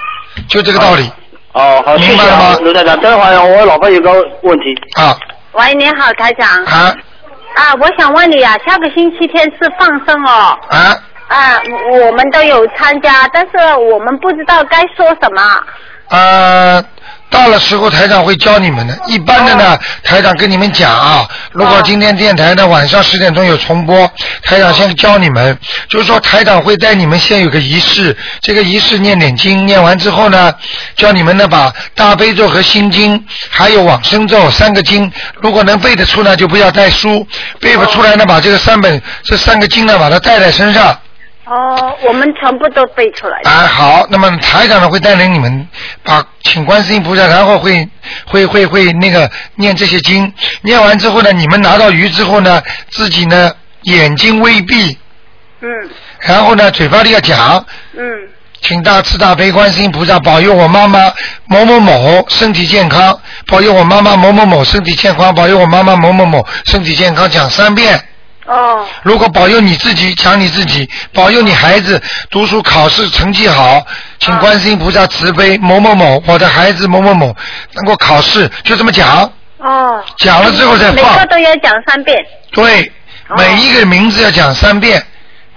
就这个道理。哦，好，谢谢啊，卢台长。等会儿我老婆有个问题。啊。喂，你好，台长。啊。啊，我想问你啊，下个星期天是放生哦。啊。啊，我我们都有参加，但是我们不知道该说什么。呃，到了时候台长会教你们的。一般的呢，台长跟你们讲啊，如果今天电台呢晚上十点钟有重播，台长先教你们，就是说台长会带你们先有个仪式，这个仪式念点经，念完之后呢，教你们呢把大悲咒和心经，还有往生咒三个经，如果能背得出呢就不要带书，背不出来呢把这个三本这三个经呢把它带在身上。哦，我们全部都背出来。哎，好，那么台长呢会带领你们把请观世音菩萨，然后会会会会那个念这些经，念完之后呢，你们拿到鱼之后呢，自己呢眼睛微闭，嗯，然后呢嘴巴里要讲，嗯，请大慈大悲观世音菩萨保佑我妈妈某某某身体健康，保佑我妈妈某某某身体健康，保佑我妈妈某某某身体健康，讲三遍。哦。如果保佑你自己，讲你自己，保佑你孩子读书考试成绩好，请观世音菩萨慈悲，某某某，我的孩子某某某能够考试，就这么讲。哦。讲了之后再每放个都要讲三遍。对，每一个名字要讲三遍，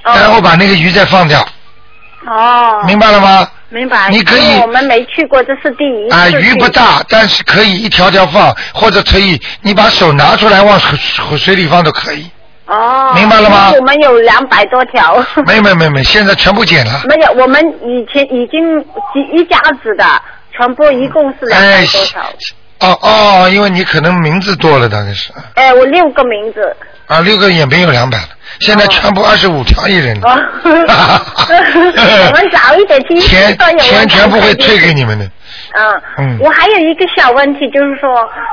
哦然后把那个鱼再放掉。哦。明白了吗？明白。你可以因为我们没去过，这是第一次。啊、鱼不。大，但是可以一条条放，或者可以你把手拿出来往水水里放都可以。哦。明白了吗我们有两百多条。没有没有没有没有，现在全部剪了。没有，我们以前已经几一家子的，全部一共是两哎百多条。哦哦，因为你可能名字多了，大概是哎我六个名字。啊，六个也没有两百了，现在全部二十五条一人了，哦， 我们早一点听钱说有钱全部会退给你。你们的。嗯，嗯我还有一个小问题，就是说，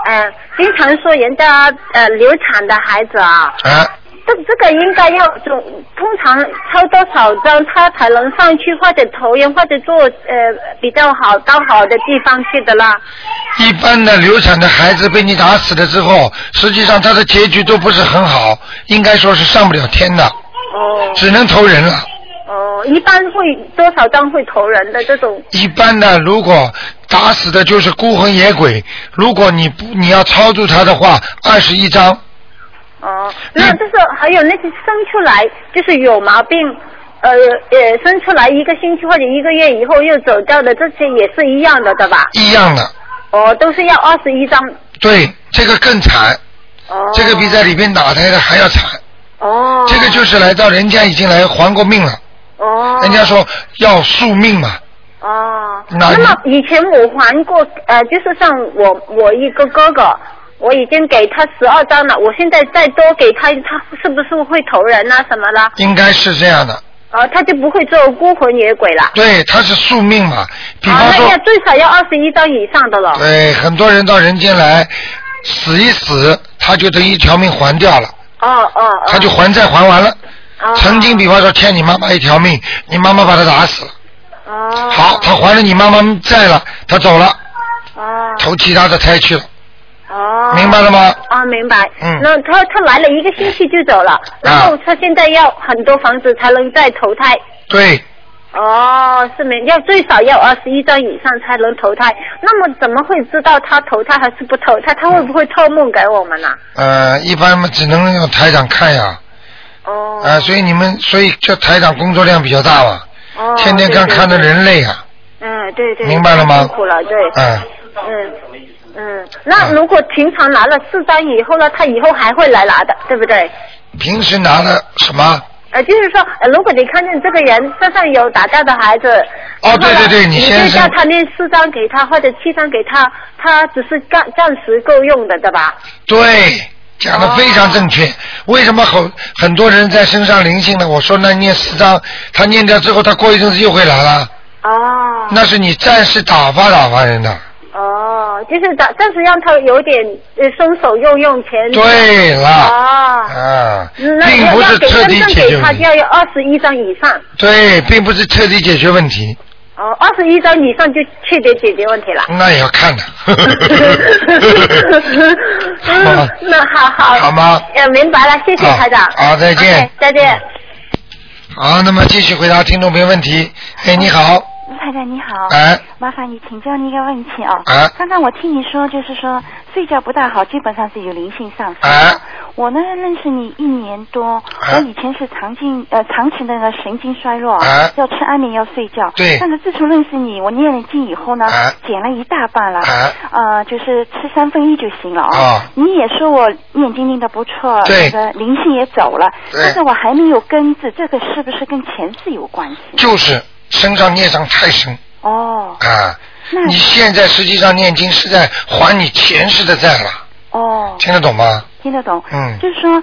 嗯、经常说人家呃流产的孩子啊，啊，这这个应该要就通常抽多少张他才能上去或者投人或者做呃比较好到好的地方去的啦？一般的流产的孩子被你打死了之后，实际上他的结局都不是很好，应该说是上不了天的，哦只能投人了。哦，哦，一般会多少张会投人的这种？一般的，如果打死的就是孤魂野鬼，如果你不你要超度他的话，二十一张。哦，那嗯就是还有那些生出来就是有毛病，呃呃，生出来一个星期或者一个月以后又走掉的，这些也是一样的，对吧？一样的。哦，都是要二十一张。对，这个更惨。哦。这个比在里边打胎的还要惨。哦。这个就是来到人家已经来还过命了。哦。人家说要宿命嘛。哦。那那么以前我还过，呃，就是像我我一个哥哥，我已经给他十二张了，我现在再多给他，他是不是会投人啊什么啦？应该是这样的。呃，他就不会做孤魂野鬼了。对，他是宿命嘛。比啊，方那说，要最少要二十一张以上的了。对，很多人到人间来死一死，他就等于一条命还掉了，哦哦哦。他就还债还完了。曾经比方说欠你妈妈一条命，你妈妈把他打死了。哦好，他还了你妈妈债了，他走了。投其他的胎去了。哦。明白了吗？啊，明白。嗯啊那他他来了一个星期就走了，然后他现在要很多房子才能再投胎。对，哦，是没要最少要二十一张以上才能投胎。那么怎么会知道他投胎还是不投胎？他会不会托梦给我们呢、啊呃，一般嘛只能让台长看呀。哦。啊，所以你们，所以这台长工作量比较大嘛，哦，天天看对看的人。累啊。对对嗯，对对。明白了吗太辛苦了，对。嗯。嗯嗯，那如果平常拿了四张以后呢，他以后还会来拿的，对不对？平时拿的什么？呃，就是说，呃如果你看见这个人身上有打架的孩子，哦对对对你你就先生叫他念四张给他或者七张给他，他只是暂暂时够用的，对吧？对，讲的非常正确。哦为什么很很多人在身上灵性呢？我说那念四张，他念掉之后，他过一阵子又会来了。哦。那是你暂时打发打发人的。哦，就是暂暂时让他有点呃松手用用钱。对了哦，啊，那并要不是要给彻底真正解给决他问就题。要有二十一张以上。对，并不是彻底解决问题，哦，二十一张以上就彻底解决 问题了。那也要看的。好嗯吧，那好好。好吗？呃，明白了，谢谢好台长。好再见 OK，再见。好，那么继续回答听众朋友问题。哎，你好，太太你好，哎，麻烦你请教你一个问题哦。哎刚刚我听你说，就是说睡觉不大好，基本上是有灵性上升。哎我呢认识你一年多，我以前是长进呃长期的那个神经衰弱，哎要吃安眠药睡觉。对但是自从认识你，我念了经以后呢，哎减了一大半了。哎呃，就是吃三分一就行了哦啊你也说我念经念的不错，对那个灵性也走了，对但是我还没有根治，这个是不是跟前世有关系？就是身上孽障太深哦。啊！你现在实际上念经是在还你前世的债了，哦，听得懂吗？听得懂。嗯就是说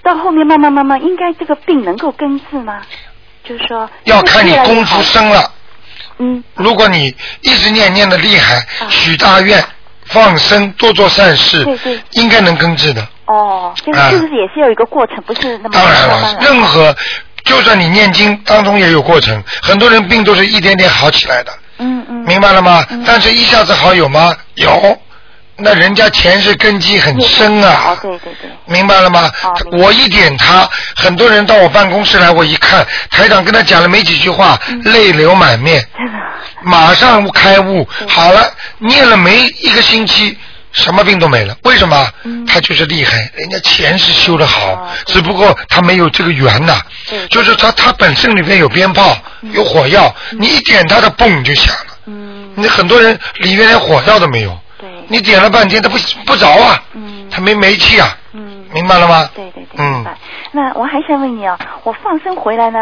到后面慢慢慢慢，应该这个病能够根治吗？就是说要看你功夫深了。嗯。如果你一直念念的厉害，许大愿、放生、多做善事对对，应该能根治的。哦，这个啊是不是也是有一个过程，不是那么当然慢慢了，来？任何就算你念经当中也有过程，很多人病都是一点点好起来的。嗯嗯。明白了吗？但是一下子好有吗？有，那人家前世根基很深啊。对对啊对。明白了吗？我一点他，很多人到我办公室来，我一看，台长跟他讲了没几句话，嗯泪流满面，马上开悟。好了，念了没一个星期，什么病都没了。为什么？嗯他就是厉害，人家前世修得好，啊只不过他没有这个缘呐、就是他他本身里面有鞭炮，嗯有火药，你一点他的嘣就响了。你很多人里面连火药都没有，你点了半天它不不着啊，它没煤气啊，明白了吗？嗯对对对，嗯，那我还想问你啊，我放生回来呢，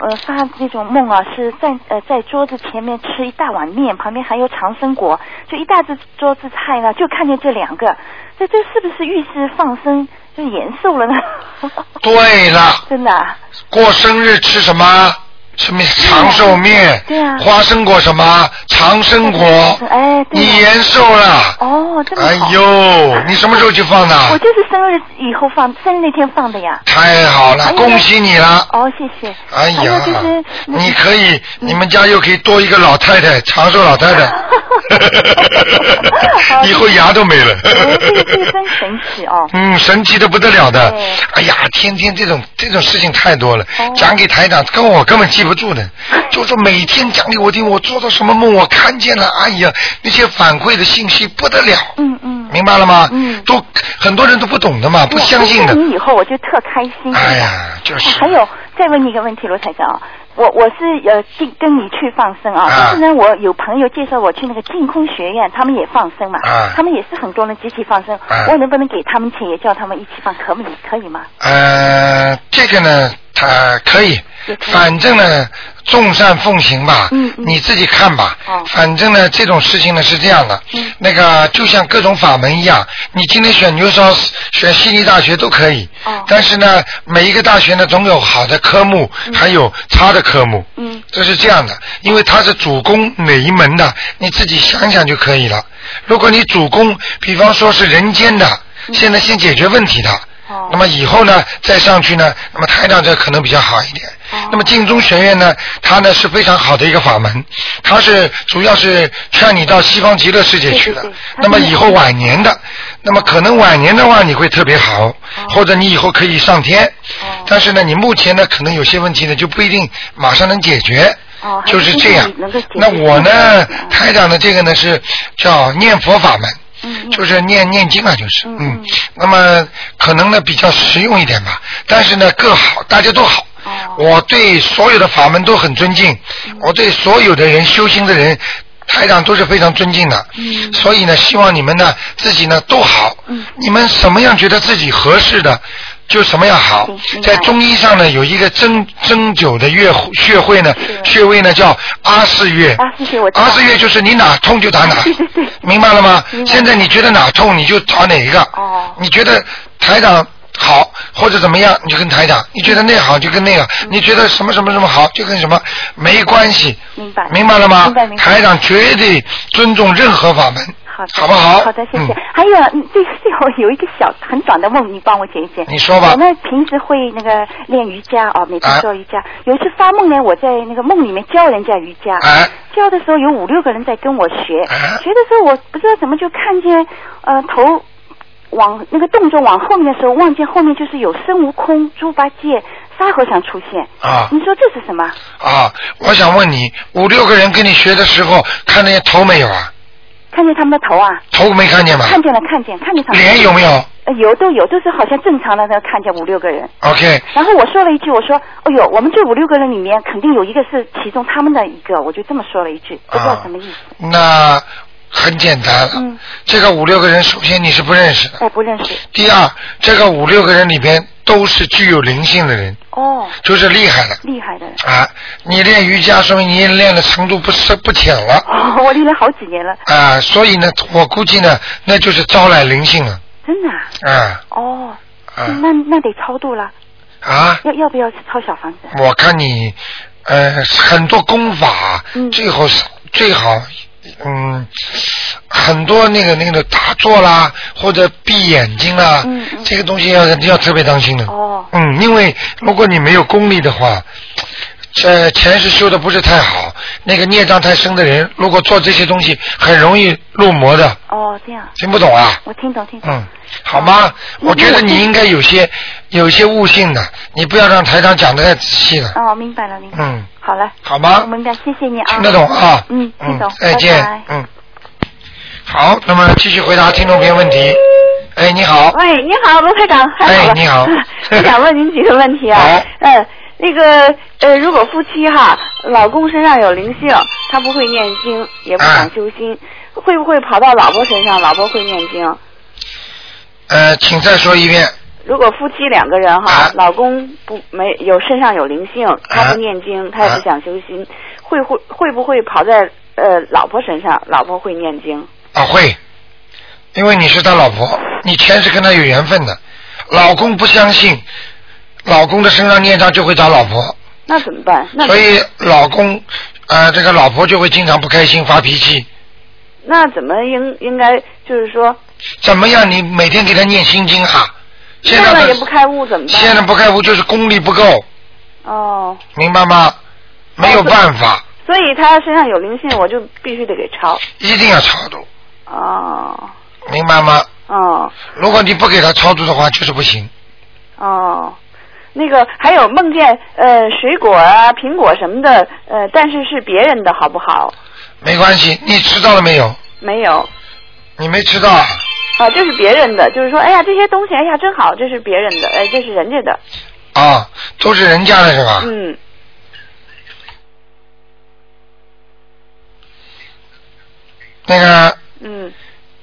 呃，发那种梦啊，是在呃在桌子前面吃一大碗面，旁边还有长生果，就一大只桌子菜呢，就看见这两个，这这是不是预示放生就延寿了呢？ 对了，真的啊、过生日吃什么？吃面长寿面，对啊花生果什么？长生果，哎，对你啊延寿了。哦，这么哎好。呦，你什么时候去放我的？就是生日以后放，生日那天放的呀。太好了还，有恭喜你了！哦，谢谢。哎还有呀就是，嗯 你可以，你们家又可以多一个老太太，长寿老太太。 以后牙都没了。哎这个这个真神奇哦。嗯，神奇的不得了的。哎呀，天天这种这种事情太多了，讲给台长，跟我根本记不住的，就是每天讲给我听，我做到什么梦，我看见了，哎呀，那些反馈的信息不得了。嗯嗯。明白了吗？嗯。都很多人都不懂的嘛，不相信的。哎我你以后我就特开心。哎呀，就是。还有，再问你一个问题，罗台长啊，我我是呃进跟你去放生啊，但是呢，我有朋友介绍我去那个净空学院，他们也放生嘛，啊他们也是很多人集体放生，啊我能不能给他们钱也叫他们一起放，可不可以？可以吗？呃，这个呢，他可以，反正呢，众善奉行吧，你自己看吧。哦反正呢，这种事情呢是这样的，那个就像各种法门一样，你今天选牛烧，选悉尼大学都可以。但是呢，每一个大学呢，总有好的科目，还有差的科目。嗯。这是这样的，因为它是主攻哪一门的，你自己想想就可以了。如果你主攻，比方说是人间的，现在先解决问题的。那么以后呢，再上去呢，那么台长这可能比较好一点。那么净宗学院呢，它呢是非常好的一个法门，它是主要是劝你到西方极乐世界去的。那么以后晚年的，那么可能晚年的话你会特别好，或者你以后可以上天。但是呢，你目前呢可能有些问题呢就不一定马上能解决。哦就是这样。那我呢，台长的这个呢是叫念佛法门。就是念念经啊，就是，嗯，那么可能呢比较实用一点吧，但是呢各好，大家都好。我对所有的法门都很尊敬，我对所有的人修行的人，台长都是非常尊敬的。所以呢，希望你们呢自己呢都好，你们什么样觉得自己合适的。就什么样好，在中医上呢有一个针针灸的穴穴位呢，穴位呢叫阿是穴。阿是穴就是你哪痛就打 哪，明白了吗？现在你觉得哪痛你就找哪一个。哦你觉得台长好或者怎么样，你就跟台长；你觉得那好就跟那个；嗯你觉得什么什么什么好就跟什么，没关系。明白。明白了吗明白明？白。台长绝对尊重任何法门，好的，好不好好的，谢谢。还有，嗯 最最后有一个小很短的梦，你帮我解一解。你说吧哎我呢平时会那个练瑜伽啊，每天做瑜伽。有一次发梦呢，我在那个梦里面教人家瑜伽，哎教的时候有五六个人在跟我学，学的时候我不知道怎么就看见呃头。往那个动作往后面的时候，望见后面就是有孙悟空、猪八戒、沙和尚出现。啊你说这是什么？啊！我想问你，五六个人跟你学的时候，看那些头没有啊？看见他们的头啊？头没看见吗？看见了，看见，看见他们。脸有没有？呃，有都有，就是好像正常的那个看见五六个人。 OK，然后我说了一句，我说，哎呦，我们这五六个人里面肯定有一个是其中他们的一个，我就这么说了一句，不知道什么意思。啊嗯那很简单了。这个五六个人，首先你是不认识的。我不认识。第二，这个五六个人里边都是具有灵性的人，哦。就是厉害的厉害的人。啊！你练瑜伽，说明你练的程度不深不浅了哦，我练了好几年了，啊！所以呢，我估计呢，那就是招来灵性了真的、啊。啊哦。啊那那得超度了。啊！要要不要抄小房子？我看你，呃，很多功法，嗯最后是最好，嗯，很多那个那个打坐啦，或者闭眼睛啦，这个东西要要特别当心的。嗯哦。嗯，因为如果你没有功力的话，这前世修的不是太好，那个孽障太深的人，如果做这些东西，很容易入魔的。哦，这样。听不懂啊？我听懂，听懂。嗯，好吗？我觉得你应该有些有些悟性的，你不要让台长讲的太仔细了。哦，明白了，明白。嗯，好了。好吗我明白，谢谢你啊。听得懂啊？嗯，听嗯懂。，再见拜拜。嗯，好，那么继续回答听众朋友问题。哎，你好，喂，你好，卢科长，还好吧哎，你好 我想问您几个问 题啊。嗯，那个呃，如果夫妻哈，老公身上有灵性，他不会念经，也不想修心，会不会跑到老婆身上？老婆会念经？呃，请再说一遍。如果夫妻两个人哈，啊老公不没有身上有灵性，他不念啊经，他也不想修心，会会会不会跑在呃老婆身上？老婆会念经？啊，会，因为你是他老婆，你前世跟他有缘分的，老公不相信，老公的身上孽障就会找老婆，那怎么办？那所以老公，呃，这个老婆就会经常不开心发脾气。那怎么应应该就是说怎么样？你每天给他念心经啊？现在念了的也不开悟怎么办？啊现在不开悟就是功力不够，哦，明白吗？没有办法，所所以他身上有灵性，我就必须得给抄。一定要超度，哦明白吗？哦如果你不给他超度的话，就是不行。哦，那个还有梦见呃水果啊、苹果什么的，呃，但是是别人的好不好？没关系，你吃到了没有？没有你没吃到啊，啊，这是别人的，就是说，哎呀，这些东西，哎呀，真好，这是别人的，哎，这是人家的，啊都是人家的是吧？嗯，那个嗯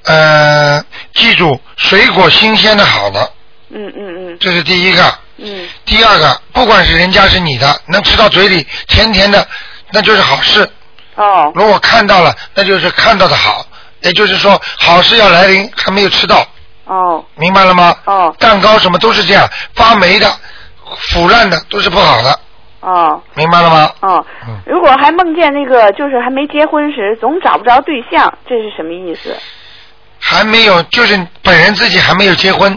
呃，记住，水果新鲜的好的，嗯嗯嗯这是第一个。嗯第二个，不管是人家是你的，能吃到嘴里甜甜的，那就是好事。哦。如果看到了，那就是看到的好，也就是说好事要来临，还没有吃到，哦明白了吗？哦。蛋糕什么都是这样，发霉的、腐烂的都是不好的，哦明白了吗？嗯哦，如果还梦见那个就是还没结婚时总找不着对象，这是什么意思？还没有，就是本人自己还没有结婚，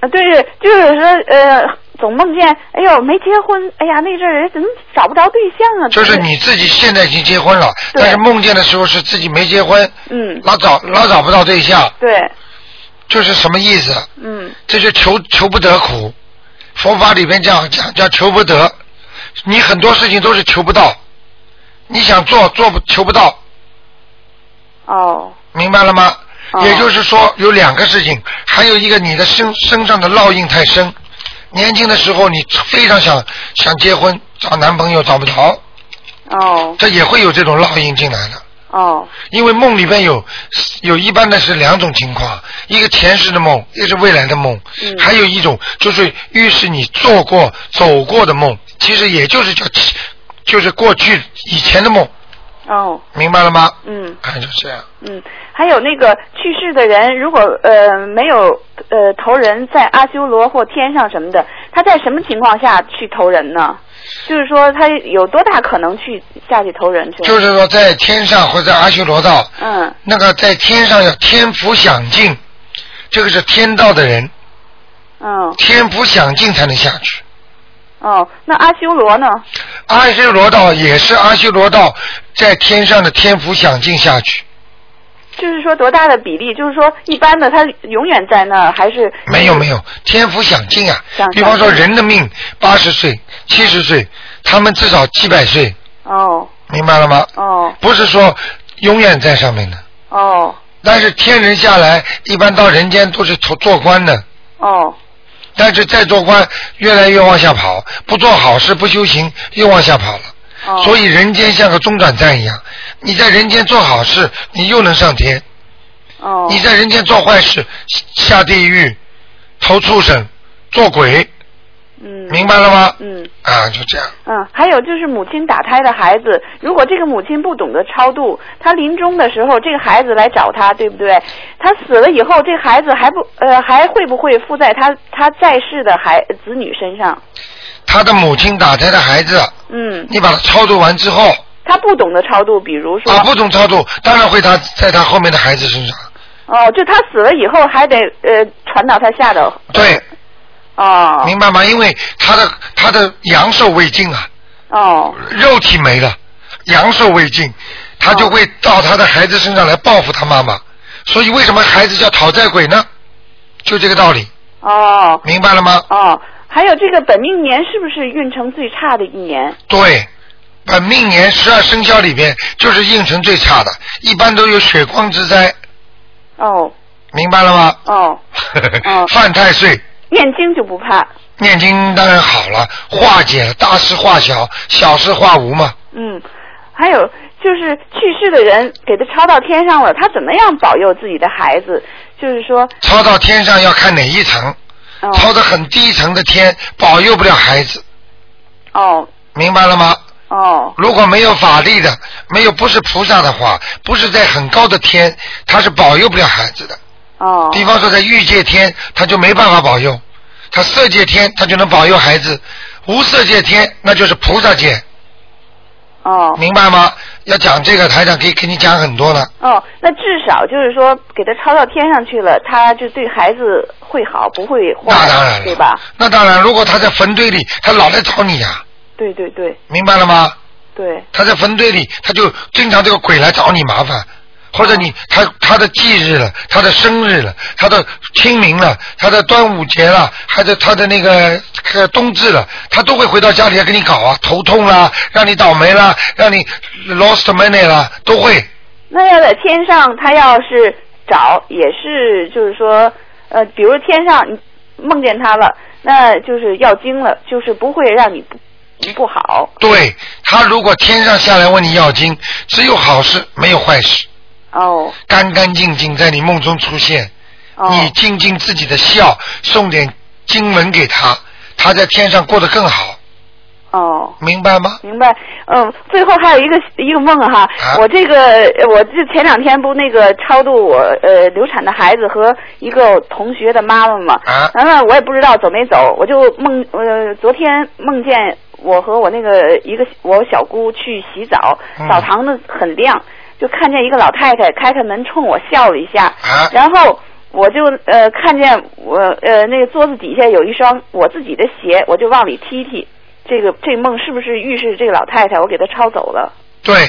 啊，对，就是说呃，总梦见，哎呦，没结婚，哎呀，那阵儿怎么找不着对象啊？就是你自己现在已经结婚了，对但是梦见的时候是自己没结婚，嗯老找老找不到对象，对，就是什么意思？嗯这就求求不得苦。佛法里边讲讲叫求不得，你很多事情都是求不到，你想做做不求不到，哦明白了吗？哦也就是说有两个事情，还有一个你的身身上的烙印太深，年轻的时候你非常想想结婚找男朋友找不着，哦这也会有这种烙印进来的。哦因为梦里边有有一般的是两种情况，一个前世的梦，一个是未来的梦，还有一种就是预示你做过、走过的梦，其实也就是叫就是过去以前的梦，哦，明白了吗？嗯啊，就这样。嗯，还有那个去世的人，如果呃没有呃投人在阿修罗或天上什么的，他在什么情况下去投人呢？就是说他有多大可能去下去投人去？就是说在天上或者阿修罗道，嗯那个在天上要天福享尽，这个是天道的人，嗯天福享尽才能下去。哦，那阿修罗呢？阿修罗道也是阿修罗道在天上的天福享尽下去，就是说多大的比例？就是说一般的他永远在那儿，还是没有没有天福享尽啊享。比方说人的命八十岁、七十岁，他们至少几百岁，哦明白了吗？哦不是说永远在上面的，哦但是天人下来，一般到人间都是做做官的，哦但是再做官越来越往下跑，不做好事不修行又往下跑了。哦，所以人间像个中转站一样，你在人间做好事，你又能上天；哦你在人间做坏事，下地狱、投畜生、做鬼嗯明白了吗嗯啊，就这样。嗯，还有就是母亲打胎的孩子，如果这个母亲不懂得超度，她临终的时候，这个孩子来找她，对不对？她死了以后，这孩子还不呃还会不会附在她她在世的孩子女身上？他的母亲打胎的孩子，嗯，你把他超度完之后，她不懂得超度，比如说啊，不懂超度，当然会他在他后面的孩子身上。哦，就她死了以后还得呃传到她下头。对，哦明白吗？因为他的他的阳寿未尽啊，哦肉体没了，阳寿未尽，他就会到他的孩子身上来报复他妈妈。所以为什么孩子叫讨债鬼呢？就这个道理，哦明白了吗？哦，还有这个本命年是不是运程最差的一年？对，本命年十二生肖里边就是运程最差的，一般都有血光之灾，哦明白了吗？ 哦，犯太岁，念经就不怕。念经当然好了，化解了大事化小，小事化无嘛。嗯，还有就是去世的人给他抄到天上了，他怎么样保佑自己的孩子？就是说，抄到天上要看哪一层，哦抄的很低层的天，保佑不了孩子，哦明白了吗？哦如果没有法力的，没有不是菩萨的话，不是在很高的天，他是保佑不了孩子的。哦比方说在欲界天，他就没办法保佑；他色界天，他就能保佑孩子；无色界天，那就是菩萨界，哦明白吗？要讲这个，台长可以给你讲很多了。哦，那至少就是说给他抄到天上去了，他就对孩子会好，不会那当坏然，了对吧？那当然，如果他在坟堆里，他老来找你呀、啊对对对明白了吗？对，他在坟堆里，他就经常这个鬼来找你麻烦，或者你他他的忌日了，他的生日了，他的清明了，他的端午节了，还有他的那个呃冬至了，他都会回到家里来给你搞啊，头痛啦，让你倒霉啦，让你 lost money 啦，都会。那要在天上，他要是找，也是就是说，呃，比如天上你梦见他了，那就是要经了，就是不会让你不不好。对他如果天上下来问你要经，只有好事没有坏事。哦。干干净净在你梦中出现，你尽尽自己的孝，送点经文给他，他在天上过得更好。哦，明白吗？明白。嗯，最后还有一个一个梦哈，啊我这个呃我这前两天不那个超度我呃流产的孩子和一个同学的妈妈嘛，啊完了我也不知道走没走，我就梦呃昨天梦见我和我那个一个我小姑去洗澡，嗯澡堂子很亮，就看见一个老太太开开门冲我笑了一下，啊然后。我就呃看见我呃那个桌子底下有一双我自己的鞋，我就往里踢踢，这个这梦是不是预示这个老太太我给她抄走了？对，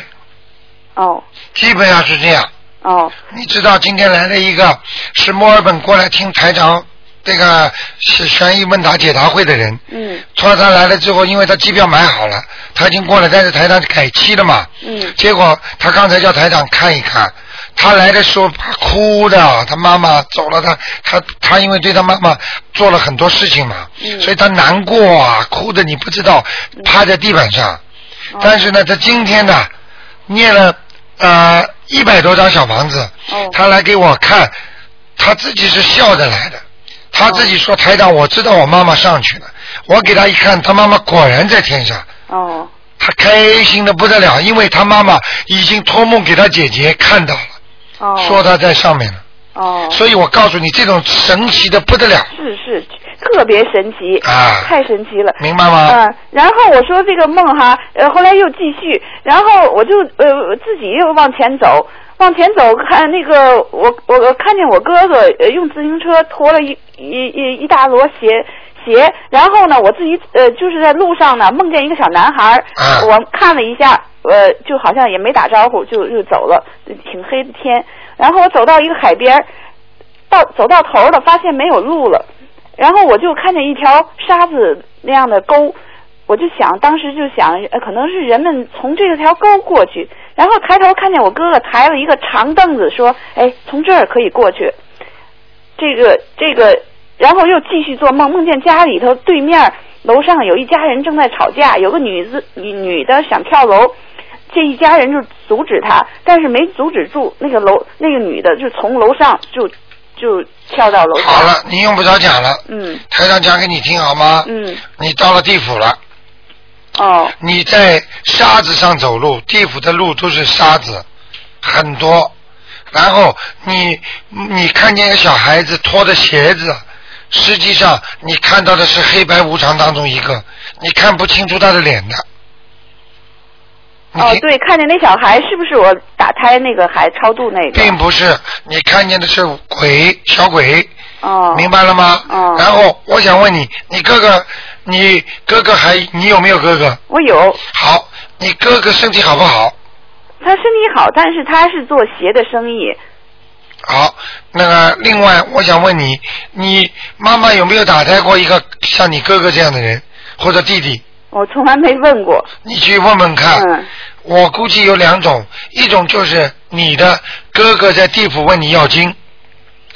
哦基本上是这样。哦，你知道今天来了一个是墨尔本过来听台长这个是悬疑问答解答会的人，嗯说他来了之后，因为他机票买好了，他已经过来，但是台长改期了嘛。嗯结果他刚才叫台长看一看，他来的时候他哭的，他妈妈走了，他他他因为对他妈妈做了很多事情嘛，所以他难过啊，哭的你不知道，趴在地板上。但是呢，他今天呢，念了呃一百多张小房子，他来给我看，他自己是笑着来的。他自己说：“台长，我知道我妈妈上去了。”我给他一看，他妈妈果然在天上。哦他开心的不得了，因为他妈妈已经托梦给他姐姐看到了，哦说他在上面了。哦，所以我告诉你，这种神奇的不得了。是是特别神奇啊太神奇了，明白吗嗯，然后我说这个梦哈，呃，后来又继续，然后我就呃自己又往前走。往前走，看那个我我我看见我哥哥呃用自行车驮了一一一一大摞鞋鞋，然后呢，我自己呃就是在路上呢梦见一个小男孩儿，啊我看了一下，呃就好像也没打招呼就就走了，挺黑的天。然后我走到一个海边儿，到走到头儿了，发现没有路了，然后我就看见一条沙子那样的沟，我就想，当时就想，呃可能是人们从这条沟过去，然后抬头看见我哥哥抬了一个长凳子，说，哎，从这儿可以过去。这个这个，然后又继续做梦，梦见家里头对面楼上有一家人正在吵架，有个女子女女的想跳楼，这一家人就阻止她，但是没阻止住，那个楼那个女的就从楼上就就跳到楼上。好了，你用不着讲了，嗯台长讲给你听好吗？嗯，你到了地府了。哦。你在沙子上走路，地府的路都是沙子，很多。然后你你看见一个小孩子拖着鞋子，实际上你看到的是黑白无常当中一个，你看不清楚他的脸的。哦，对，看见那小孩是不是我打胎那个孩超度那个？并不是，你看见的是鬼小鬼，哦，明白了吗？哦然后我想问你，你哥哥，你哥哥还你有没有哥哥？我有。好，你哥哥身体好不好？他身体好，但是他是做鞋的生意。好，那个另外我想问你，你妈妈有没有打胎过一个像你哥哥这样的人或者弟弟？我从来没问过。你去问问看。嗯。我估计有两种，一种就是你的哥哥在地府问你要经，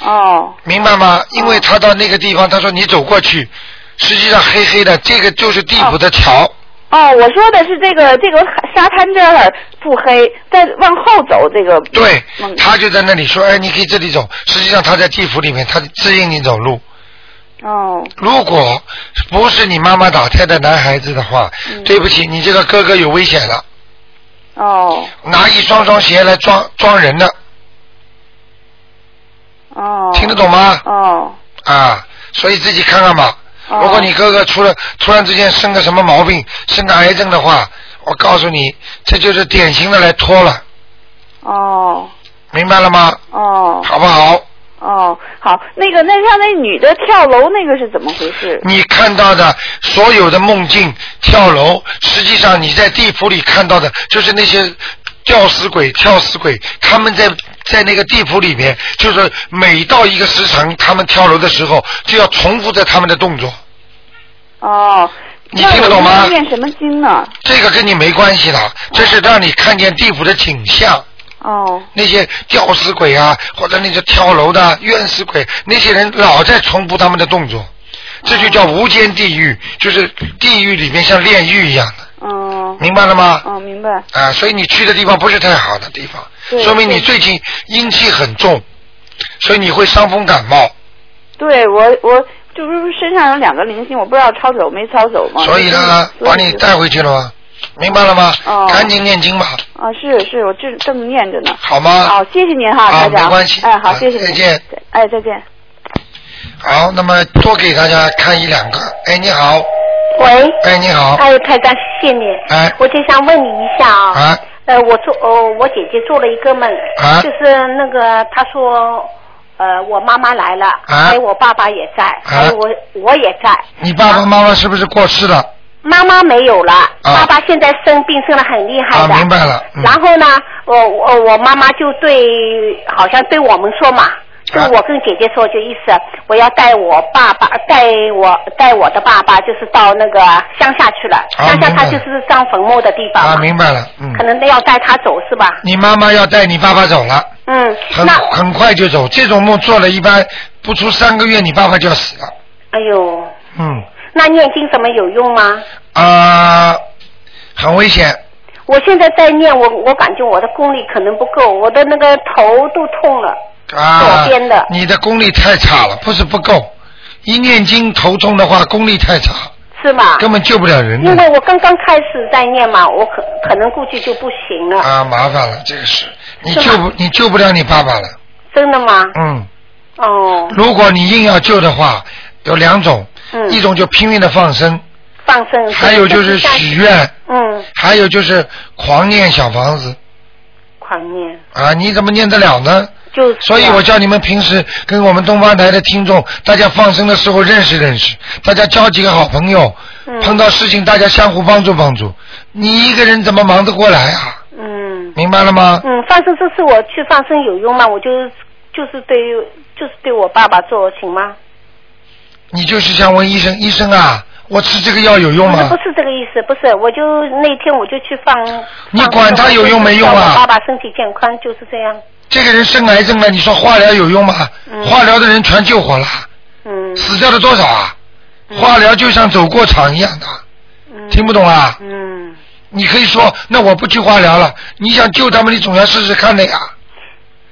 哦明白吗？因为他到那个地方，他说你走过去，实际上黑黑的，这个就是地府的桥。哦，我说的是这个这个沙滩这儿不黑，再往后走这个。嗯对，他就在那里说，哎，你可以这里走。实际上他在地府里面，他指引你走路。哦如果不是你妈妈打胎的男孩子的话，对不起，你这个哥哥有危险了，哦拿一双双鞋来装装人的哦。听得懂吗哦啊，所以自己看看吧。哦如果你哥哥出了突然之间生个什么毛病，生个癌症的话，我告诉你，这就是典型的来拖了，哦明白了吗？哦好不好？哦哦，好，那个那像那女的跳楼那个是怎么回事？你看到的所有的梦境、跳楼，实际上你在地府里看到的，就是那些吊死鬼、跳死鬼，他们在在那个地府里面，就是每到一个时辰，他们跳楼的时候，就要重复着他们的动作。哦，你听得懂吗那我应该念什么经呢？这个跟你没关系的，这是让你看见地府的景象。哦，那些吊死鬼啊，或者那些跳楼的冤死鬼，那些人老在重复他们的动作，这就叫无间地狱，就是地狱里面像炼狱一样的。哦，明白了吗哦，明白。啊，所以你去的地方不是太好的地方，对说明你对最近阴气很重，所以你会伤风感冒。对我我这不是身上有两个灵性，我不知道抄走没抄走吗？所以呢，所把你带回去了吗？明白了吗？哦赶紧念经吧，啊，是是，我这正念着呢。好吗？好，谢谢您哈，啊台长。没关系哎，好，啊谢谢您。再见。哎，再见。好，那么多给大家看一两个。哎，你好，喂，哎，你好，哎，台长，谢谢你。哎，我就想问你一下啊，啊呃，我做哦，我姐姐做了一个梦，啊就是那个她说，呃，我妈妈来了，啊还有我爸爸也在，哎还有我我也在，你爸爸妈妈是不是过世了？妈妈没有了，啊爸爸现在生病生得很厉害啊，的。明白了，嗯然后呢，我我我妈妈就对，好像对我们说啊嘛，对我跟姐姐说，就意思我要带我爸爸，带我带我的爸爸，就是到那个乡下去了。啊乡下明白他就是葬坟墓的地方嘛，啊，明白了，嗯，可能要带他走是吧？你妈妈要带你爸爸走了，嗯，很很快就走，这种梦做了一般不出三个月，你爸爸就要死了，哎呦，嗯，那念经怎么有用吗？啊、很危险，我现在在念，我我感觉我的功力可能不够，我的那个头都痛了。啊左边的，你的功力太差了，不是不够，一念经头痛的话，功力太差，是吗？根本救不了人因的，为我刚刚开始在念嘛，我可可能估计就不行了。啊，麻烦了，这个是，你是吗救不你救不了你爸爸了，真的吗？嗯。哦，如果你硬要救的话，有两种，嗯一种就拼命的放生，放生。还有就是许愿，嗯，还有就是狂念小房子狂念啊，你怎么念得了呢？就是。啊所以我叫你们平时跟我们东方台的听众，大家放生的时候认识认识，大家交几个好朋友，嗯碰到事情大家相互帮助帮助。你一个人怎么忙得过来啊？嗯明白了吗？嗯，放生这次我去放生有用吗？我就就是对于就是对我爸爸做行吗？你就是想问医生，医生啊，我吃这个药有用啊不是吗不？是这个意思，不是，我就那天我就去放。你放管他有用没用啊我爸爸身体健康就是这样。这个人生癌症了，你说化疗有用吗？嗯化疗的人全救活了，嗯死掉了多少啊？化疗就像走过场一样的，听不懂啊？嗯，你可以说，那我不去化疗了，你想救他们，你总要试试看的呀，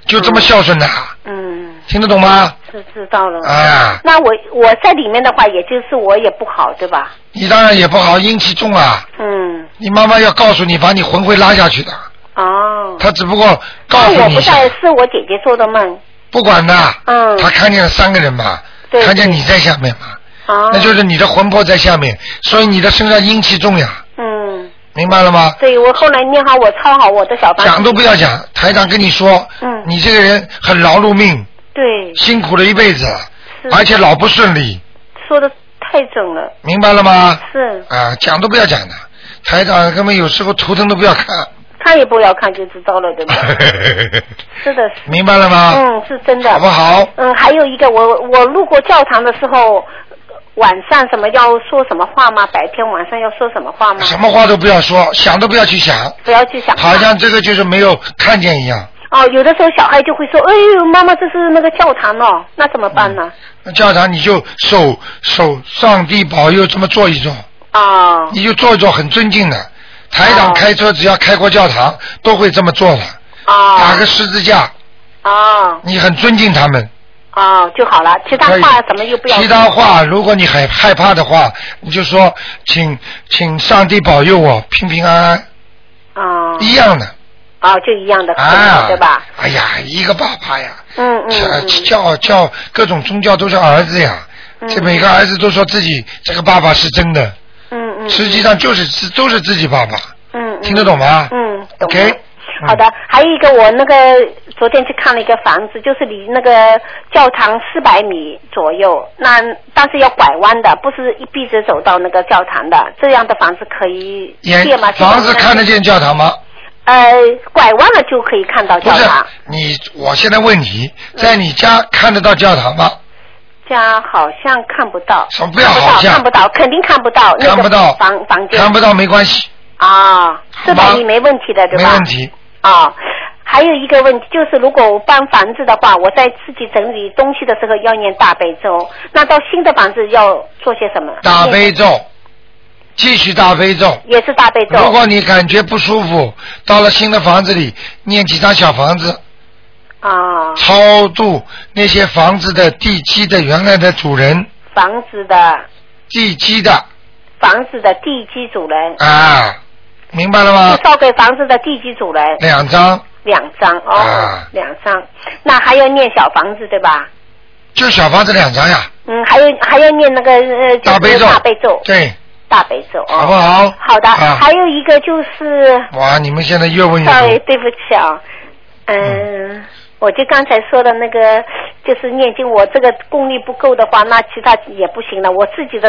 就这么孝顺的啊，嗯，听得懂吗？知知道了。哎那我我在里面的话，也就是我也不好，对吧？你当然也不好，阴气重啊，嗯，你妈妈要告诉你，把你魂会拉下去的，哦。她只不过告那诉我你不一下，在，是我姐姐做的梦。不管的，嗯。她看见了三个人嘛，对看见你在下面嘛，哦。那就是你的魂魄在下面，所以你的身上阴气重呀，嗯，明白了吗？对我后来念好，我抄好我的小房子。讲都不要讲，台长跟你说，嗯你这个人很劳碌命，对，辛苦了一辈子，是而且老不顺利，说的太准了。明白了吗？是，啊，讲都不要讲的，台长根本有时候图腾都不要看，看也不要看就知道了，对吧？是 的，是。明白了啊吗？嗯，是真的。好不好？嗯，还有一个，我我路过教堂的时候，晚上什么要说什么话吗？白天晚上要说什么话吗？什么话都不要说，想都不要去想，不要去想。好像这个就是没有看见一样。哦，有的时候小孩就会说：“哎呦，妈妈，这是那个教堂哦，那怎么办呢那教堂你就守守上帝保佑这么做一做，？”啊、你就做一做很尊敬的。台长开车只要开过教哦堂，都会这么做的。打个十字架，啊你很尊敬他们。啊，就好了。其他可以话咱们就不要说。其他话，如果你很害怕的话，你就说请请上帝保佑我平平安安，啊一样的。啊，就一样的，啊对吧？哎呀，一个爸爸呀，嗯嗯呃嗯，叫叫各种宗教都是儿子呀，嗯这每个儿子都说自己这个爸爸是真的，嗯嗯，实际上就是自都是自己爸爸。嗯嗯听得懂吗嗯，懂了 OK，好的，还有一个我那个昨天去看了一个房子，就是离那个教堂四百米左右，那但是要拐弯的，不是一笔直走到那个教堂的，这样的房子可以眼借吗？房子看得见教堂吗？呃，拐弯了就可以看到不教是堂，，你我现在问你，嗯在你家看得到教堂吗？家好像看不到，什么不要好像看不到，肯定看不到，看不到那个房房间看不到没关系，啊，好四百吗米没问题的，对没吧？问题。啊、还有一个问题就是，如果我搬房子的话，我在自己整理东西的时候要念大悲咒，那到新的房子要做些什么？大悲咒，继续大悲咒。也是大悲咒。如果你感觉不舒服，到了新的房子里，念几张小房子，啊、超度那些房子的地基的原来的主人，房子的地基的房子的地基主人，啊，明白了吗就？烧给房子的地基主人两张两张哦，啊两张，那还要念小房子对吧？就小房子两张呀，嗯，还有还要念那个呃，就是大悲咒大悲咒，对，大悲咒哦。好不好？好的，啊还有一个就是哇，你们现在越问越 sorry，多，对不起啊，嗯，我就刚才说的那个，就是念经，我这个功力不够的话，那其他也不行了。我自己的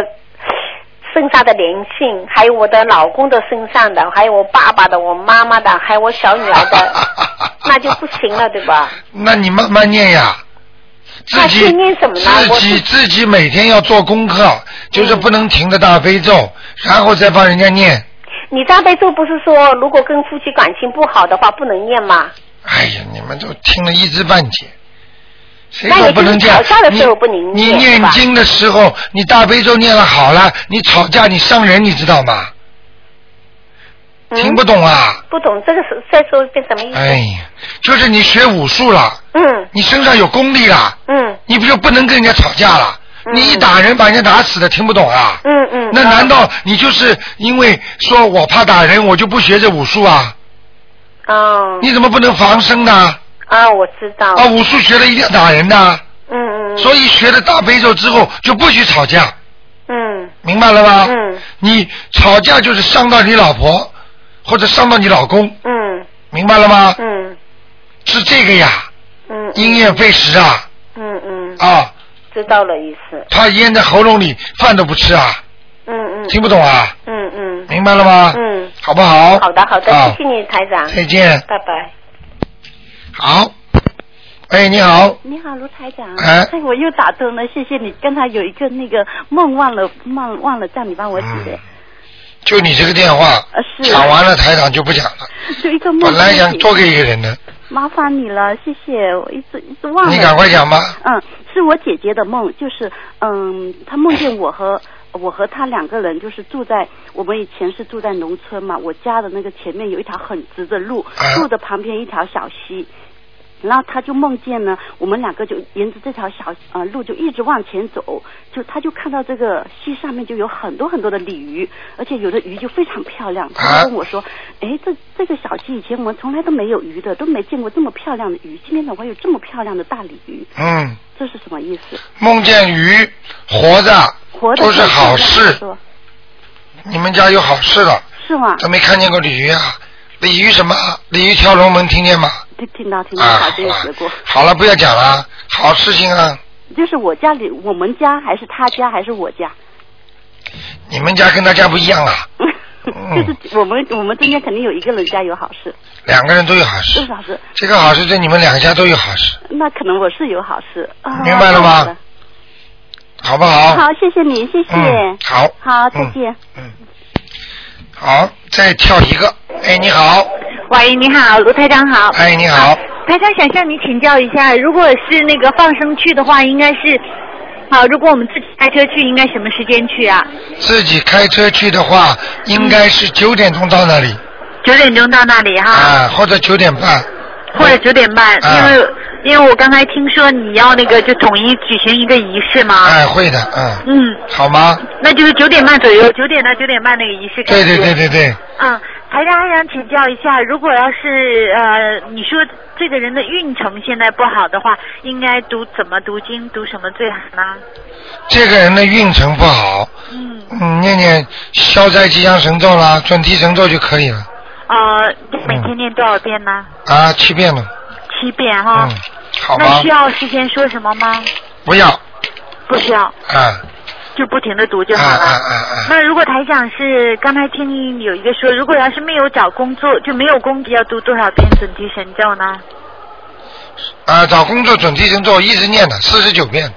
身上的灵性，还有我的老公的身上的，还有我爸爸的、我妈妈的，还有我小女儿 的，那就不行了，对吧？那你慢慢念呀。自那己先念什么呢自我己是嗯自己每天要做功课，就是不能停的大悲咒，然后再帮人家念。你大悲咒不是说，如果跟夫妻感情不好的话，不能念吗？哎呀，你们都听了一知半解，谁那都也不就能是这样吵。架的时候不能你念是念吧经的时候，你大悲咒念了好了，你吵架你伤人，你知道吗？嗯听不懂啊？不懂这个是再说一遍什么意思？哎呀，就是你学武术了，嗯你身上有功力了，嗯你不就不能跟人家吵架了？你一打人把人家打死的，听不懂啊？嗯嗯。那难道你就是因为说我怕打人，我就不学这武术啊？哦你怎么不能防身呢？啊，我知道。啊，武术学了一定要打人的，嗯嗯所以学了大悲咒之后就不许吵架，嗯明白了吧？嗯你吵架就是伤到你老婆，或者伤到你老公，嗯明白了吗？嗯是这个呀，嗯因噎废食啊嗯嗯，啊！知道了意思。他咽在喉咙里，饭都不吃啊，嗯嗯。听不懂啊？嗯嗯。明白了吗嗯。好不好好的好的，好谢谢你台长。再见拜拜。好，哎，你好，你好，卢台长。哎我又打通了，谢谢你。刚才有一个那个梦忘了，忘忘了叫你帮我解。嗯就你这个电话呃，是讲完了，台长就不讲了。就一个嗯梦。本来想多给一个人的，麻烦你了，谢谢，我一直一直忘了。你赶快讲吧。嗯，是我姐姐的梦，就是嗯，她梦见我和我和她两个人，就是住在我们以前是住在农村嘛，我家的那个前面有一条很直的路，哎路的旁边一条小溪。然后她就梦见呢，我们两个就沿着这条小呃路就一直往前走，就她就看到这个溪上面就有很多很多的鲤鱼，而且有的鱼就非常漂啊亮。她就跟我说，哎，这这个小溪以前我们从来都没有鱼的，都没见过这么漂亮的鱼，今天怎么会有这么漂亮的大鲤鱼？嗯，这是什么意思？梦见鱼活着活着都是好事，是吧你们家有好事了，是吗？都没看见过鲤鱼啊？鲤鱼什么？鲤鱼跳龙门，听见吗？听听到听到，啊好像有学过。好了，不要讲了，好事情啊！就是我家里，我们家还是他家还是我家？你们家跟他家不一样 啊，嗯，就是我们我们中间肯定有一个人家有好事，两个人都有好这事，是好事。这个好事对你们两家都有好事，那可能我是有好事。啊明白了好吗的？好不好？好，谢谢你，谢谢。嗯，好，好，再嗯见。好，再跳一个。哎，你好，喂，你好，卢台长好。啊哎，你好，台长想向你请教一下，如果是那个放生去的话，应该是，啊，如果我们自己开车去，应该什么时间去啊？自己开车去的话，嗯应该是九点钟到那里九点钟到那里哈，啊，或者九点半。或者九点半，啊因为因为我刚才听说你要那个就统一举行一个仪式嘛。哎，会的，嗯，嗯，好吗？那就是九点半左右，九点到九点半那个仪式开对始。对对对对，嗯，台长还想请教一下，如果要是呃，你说这个人的运程现在不好的话，应该读怎么读经，读什么最好呢？这个人的运程不好，嗯，嗯，念念消灾吉祥神咒啦，准提神咒就可以了呃，每天念多少遍呢？啊，七遍了，七遍哈。嗯好吧那需要事先说什么吗？不要，不需要，啊，就不停的读就好了。嗯那如果台长是刚才听你有一个说，如果要是没有找工作就没有工作，要读多少遍准提神咒呢？啊，找工作准提神咒一直念的四十九遍，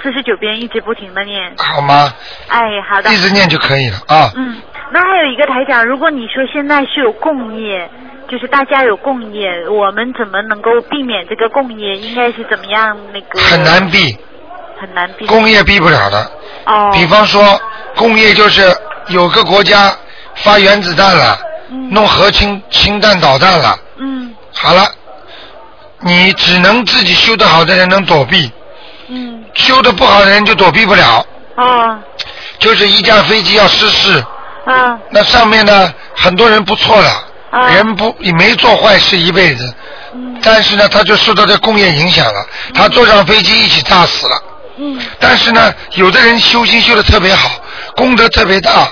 四十九遍一直不停的念。好吗？哎，好的。一直念就可以了啊。嗯，那还有一个台长，如果你说现在是有共业，就是大家有共业，我们怎么能够避免这个共业？应该是怎么样那个？很难避，很难避。工业避不了的。嗯哦。比方说，工业就是有个国家发原子弹了，弄核氢氢弹导弹了，嗯好了，你只能自己修得好的人能躲避，嗯，修得不好的人就躲避不了。嗯哦，就是一架飞机要失事，啊那上面呢很多人不错了，啊人不也没做坏事一辈子，但是呢他就受到这工业影响了，他坐上飞机一起炸死了。嗯但是呢，有的人修心修的特别好，功德特别大，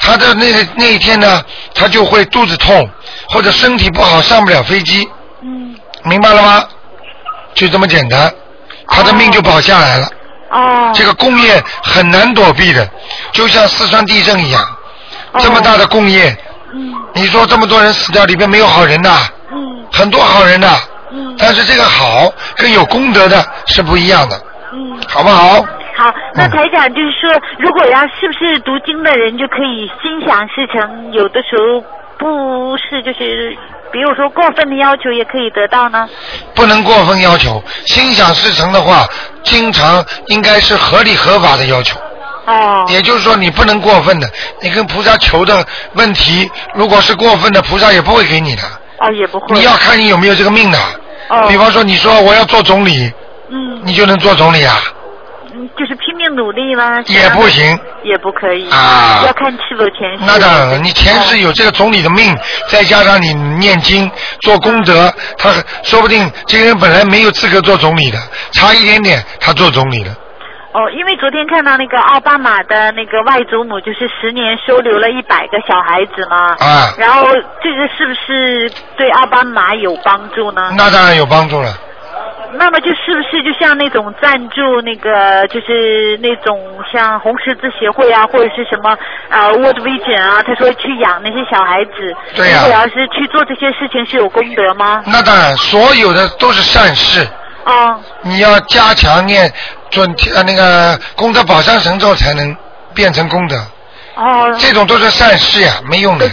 他的那那一天呢，他就会肚子痛或者身体不好上不了飞机，嗯，明白了吗？就这么简单，他的命就保下来了。哦，这个工业很难躲避的，就像四川地震一样，这么大的工业，你说这么多人死掉，里边没有好人呐，很多好人呐，但是这个好跟有功德的是不一样的，好不好？嗯好，那嗯台长就是说，如果要是不是读经的人就可以心想事成，有的时候不是就是，比如说过分的要求也可以得到呢？不能过分要求，心想事成的话，经常应该是合理合法的要求。哦。也就是说，你不能过分的，你跟菩萨求的问题，如果是过分的，菩萨也不会给你的。哦，也不会。你要看你有没有这个命的。哦比方说，你说我要做总理，嗯，你就能做总理啊？嗯就是拼命努力啦。也不行。也不可以。啊要看是否前世。那当然了，你前世有这个总理的命，再加上你念经做功德，他说不定这个人本来没有资格做总理的，差一点点他做总理了。哦，因为昨天看到那个奥巴马的那个外祖母，就是十年收留了一百个小孩子嘛。啊然后这个是不是对奥巴马有帮助呢？那当然有帮助了。那么就是不是就像那种赞助那个就是那种像红十字协会啊，或者是什么呃 World Vision 啊，他说去养那些小孩子，对呀如果要是去做这些事情是有功德吗？那当然，所有的都是善事。啊、你要加强念准提呃那个功德宝山神咒，才能变成功德。哦，这种都是善事呀，没用的。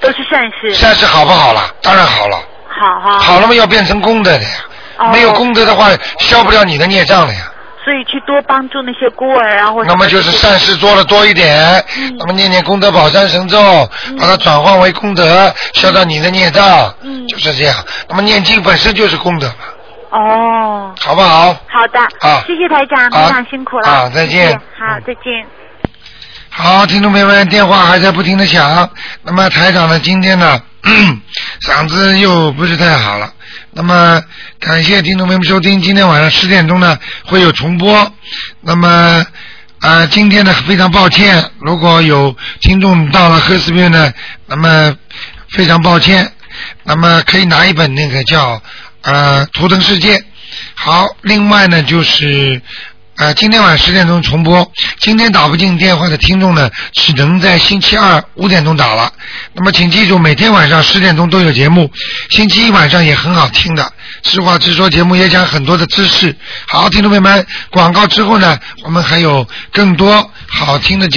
都是善事。善事好不好啦？当然好了。好哈。好了嘛，要变成功德的呀。哦没有功德的话，消不了你的孽障的呀。所以去多帮助那些孤儿啊，或者那么就是善事做的多一点，嗯那么念念功德宝山神咒，把它转换为功德，消掉你的孽障，嗯就是这样。那么念经本身就是功德嘛，哦。好不好？好的，啊谢谢台长，台啊长辛苦了，啊再见谢谢好，再见。好，听众朋友们，电话还在不停的响。那么台长呢，今天呢， 嗓子又不是太好了。那么感谢听众朋友们收听，今天晚上十点钟呢会有重播。那么啊、呃今天呢非常抱歉，如果有听众到了赫斯边呢，那么非常抱歉。那么可以拿一本那个叫呃《图腾世界》。好，另外呢就是呃，今天晚十点钟重播。今天打不进电话的听众呢，只能在星期二五点钟打了。那么请记住，每天晚上十点钟都有节目，星期一晚上也很好听的。实话直说，节目也讲很多的知识。好，听众朋友们，广告之后呢，我们还有更多好听的节目。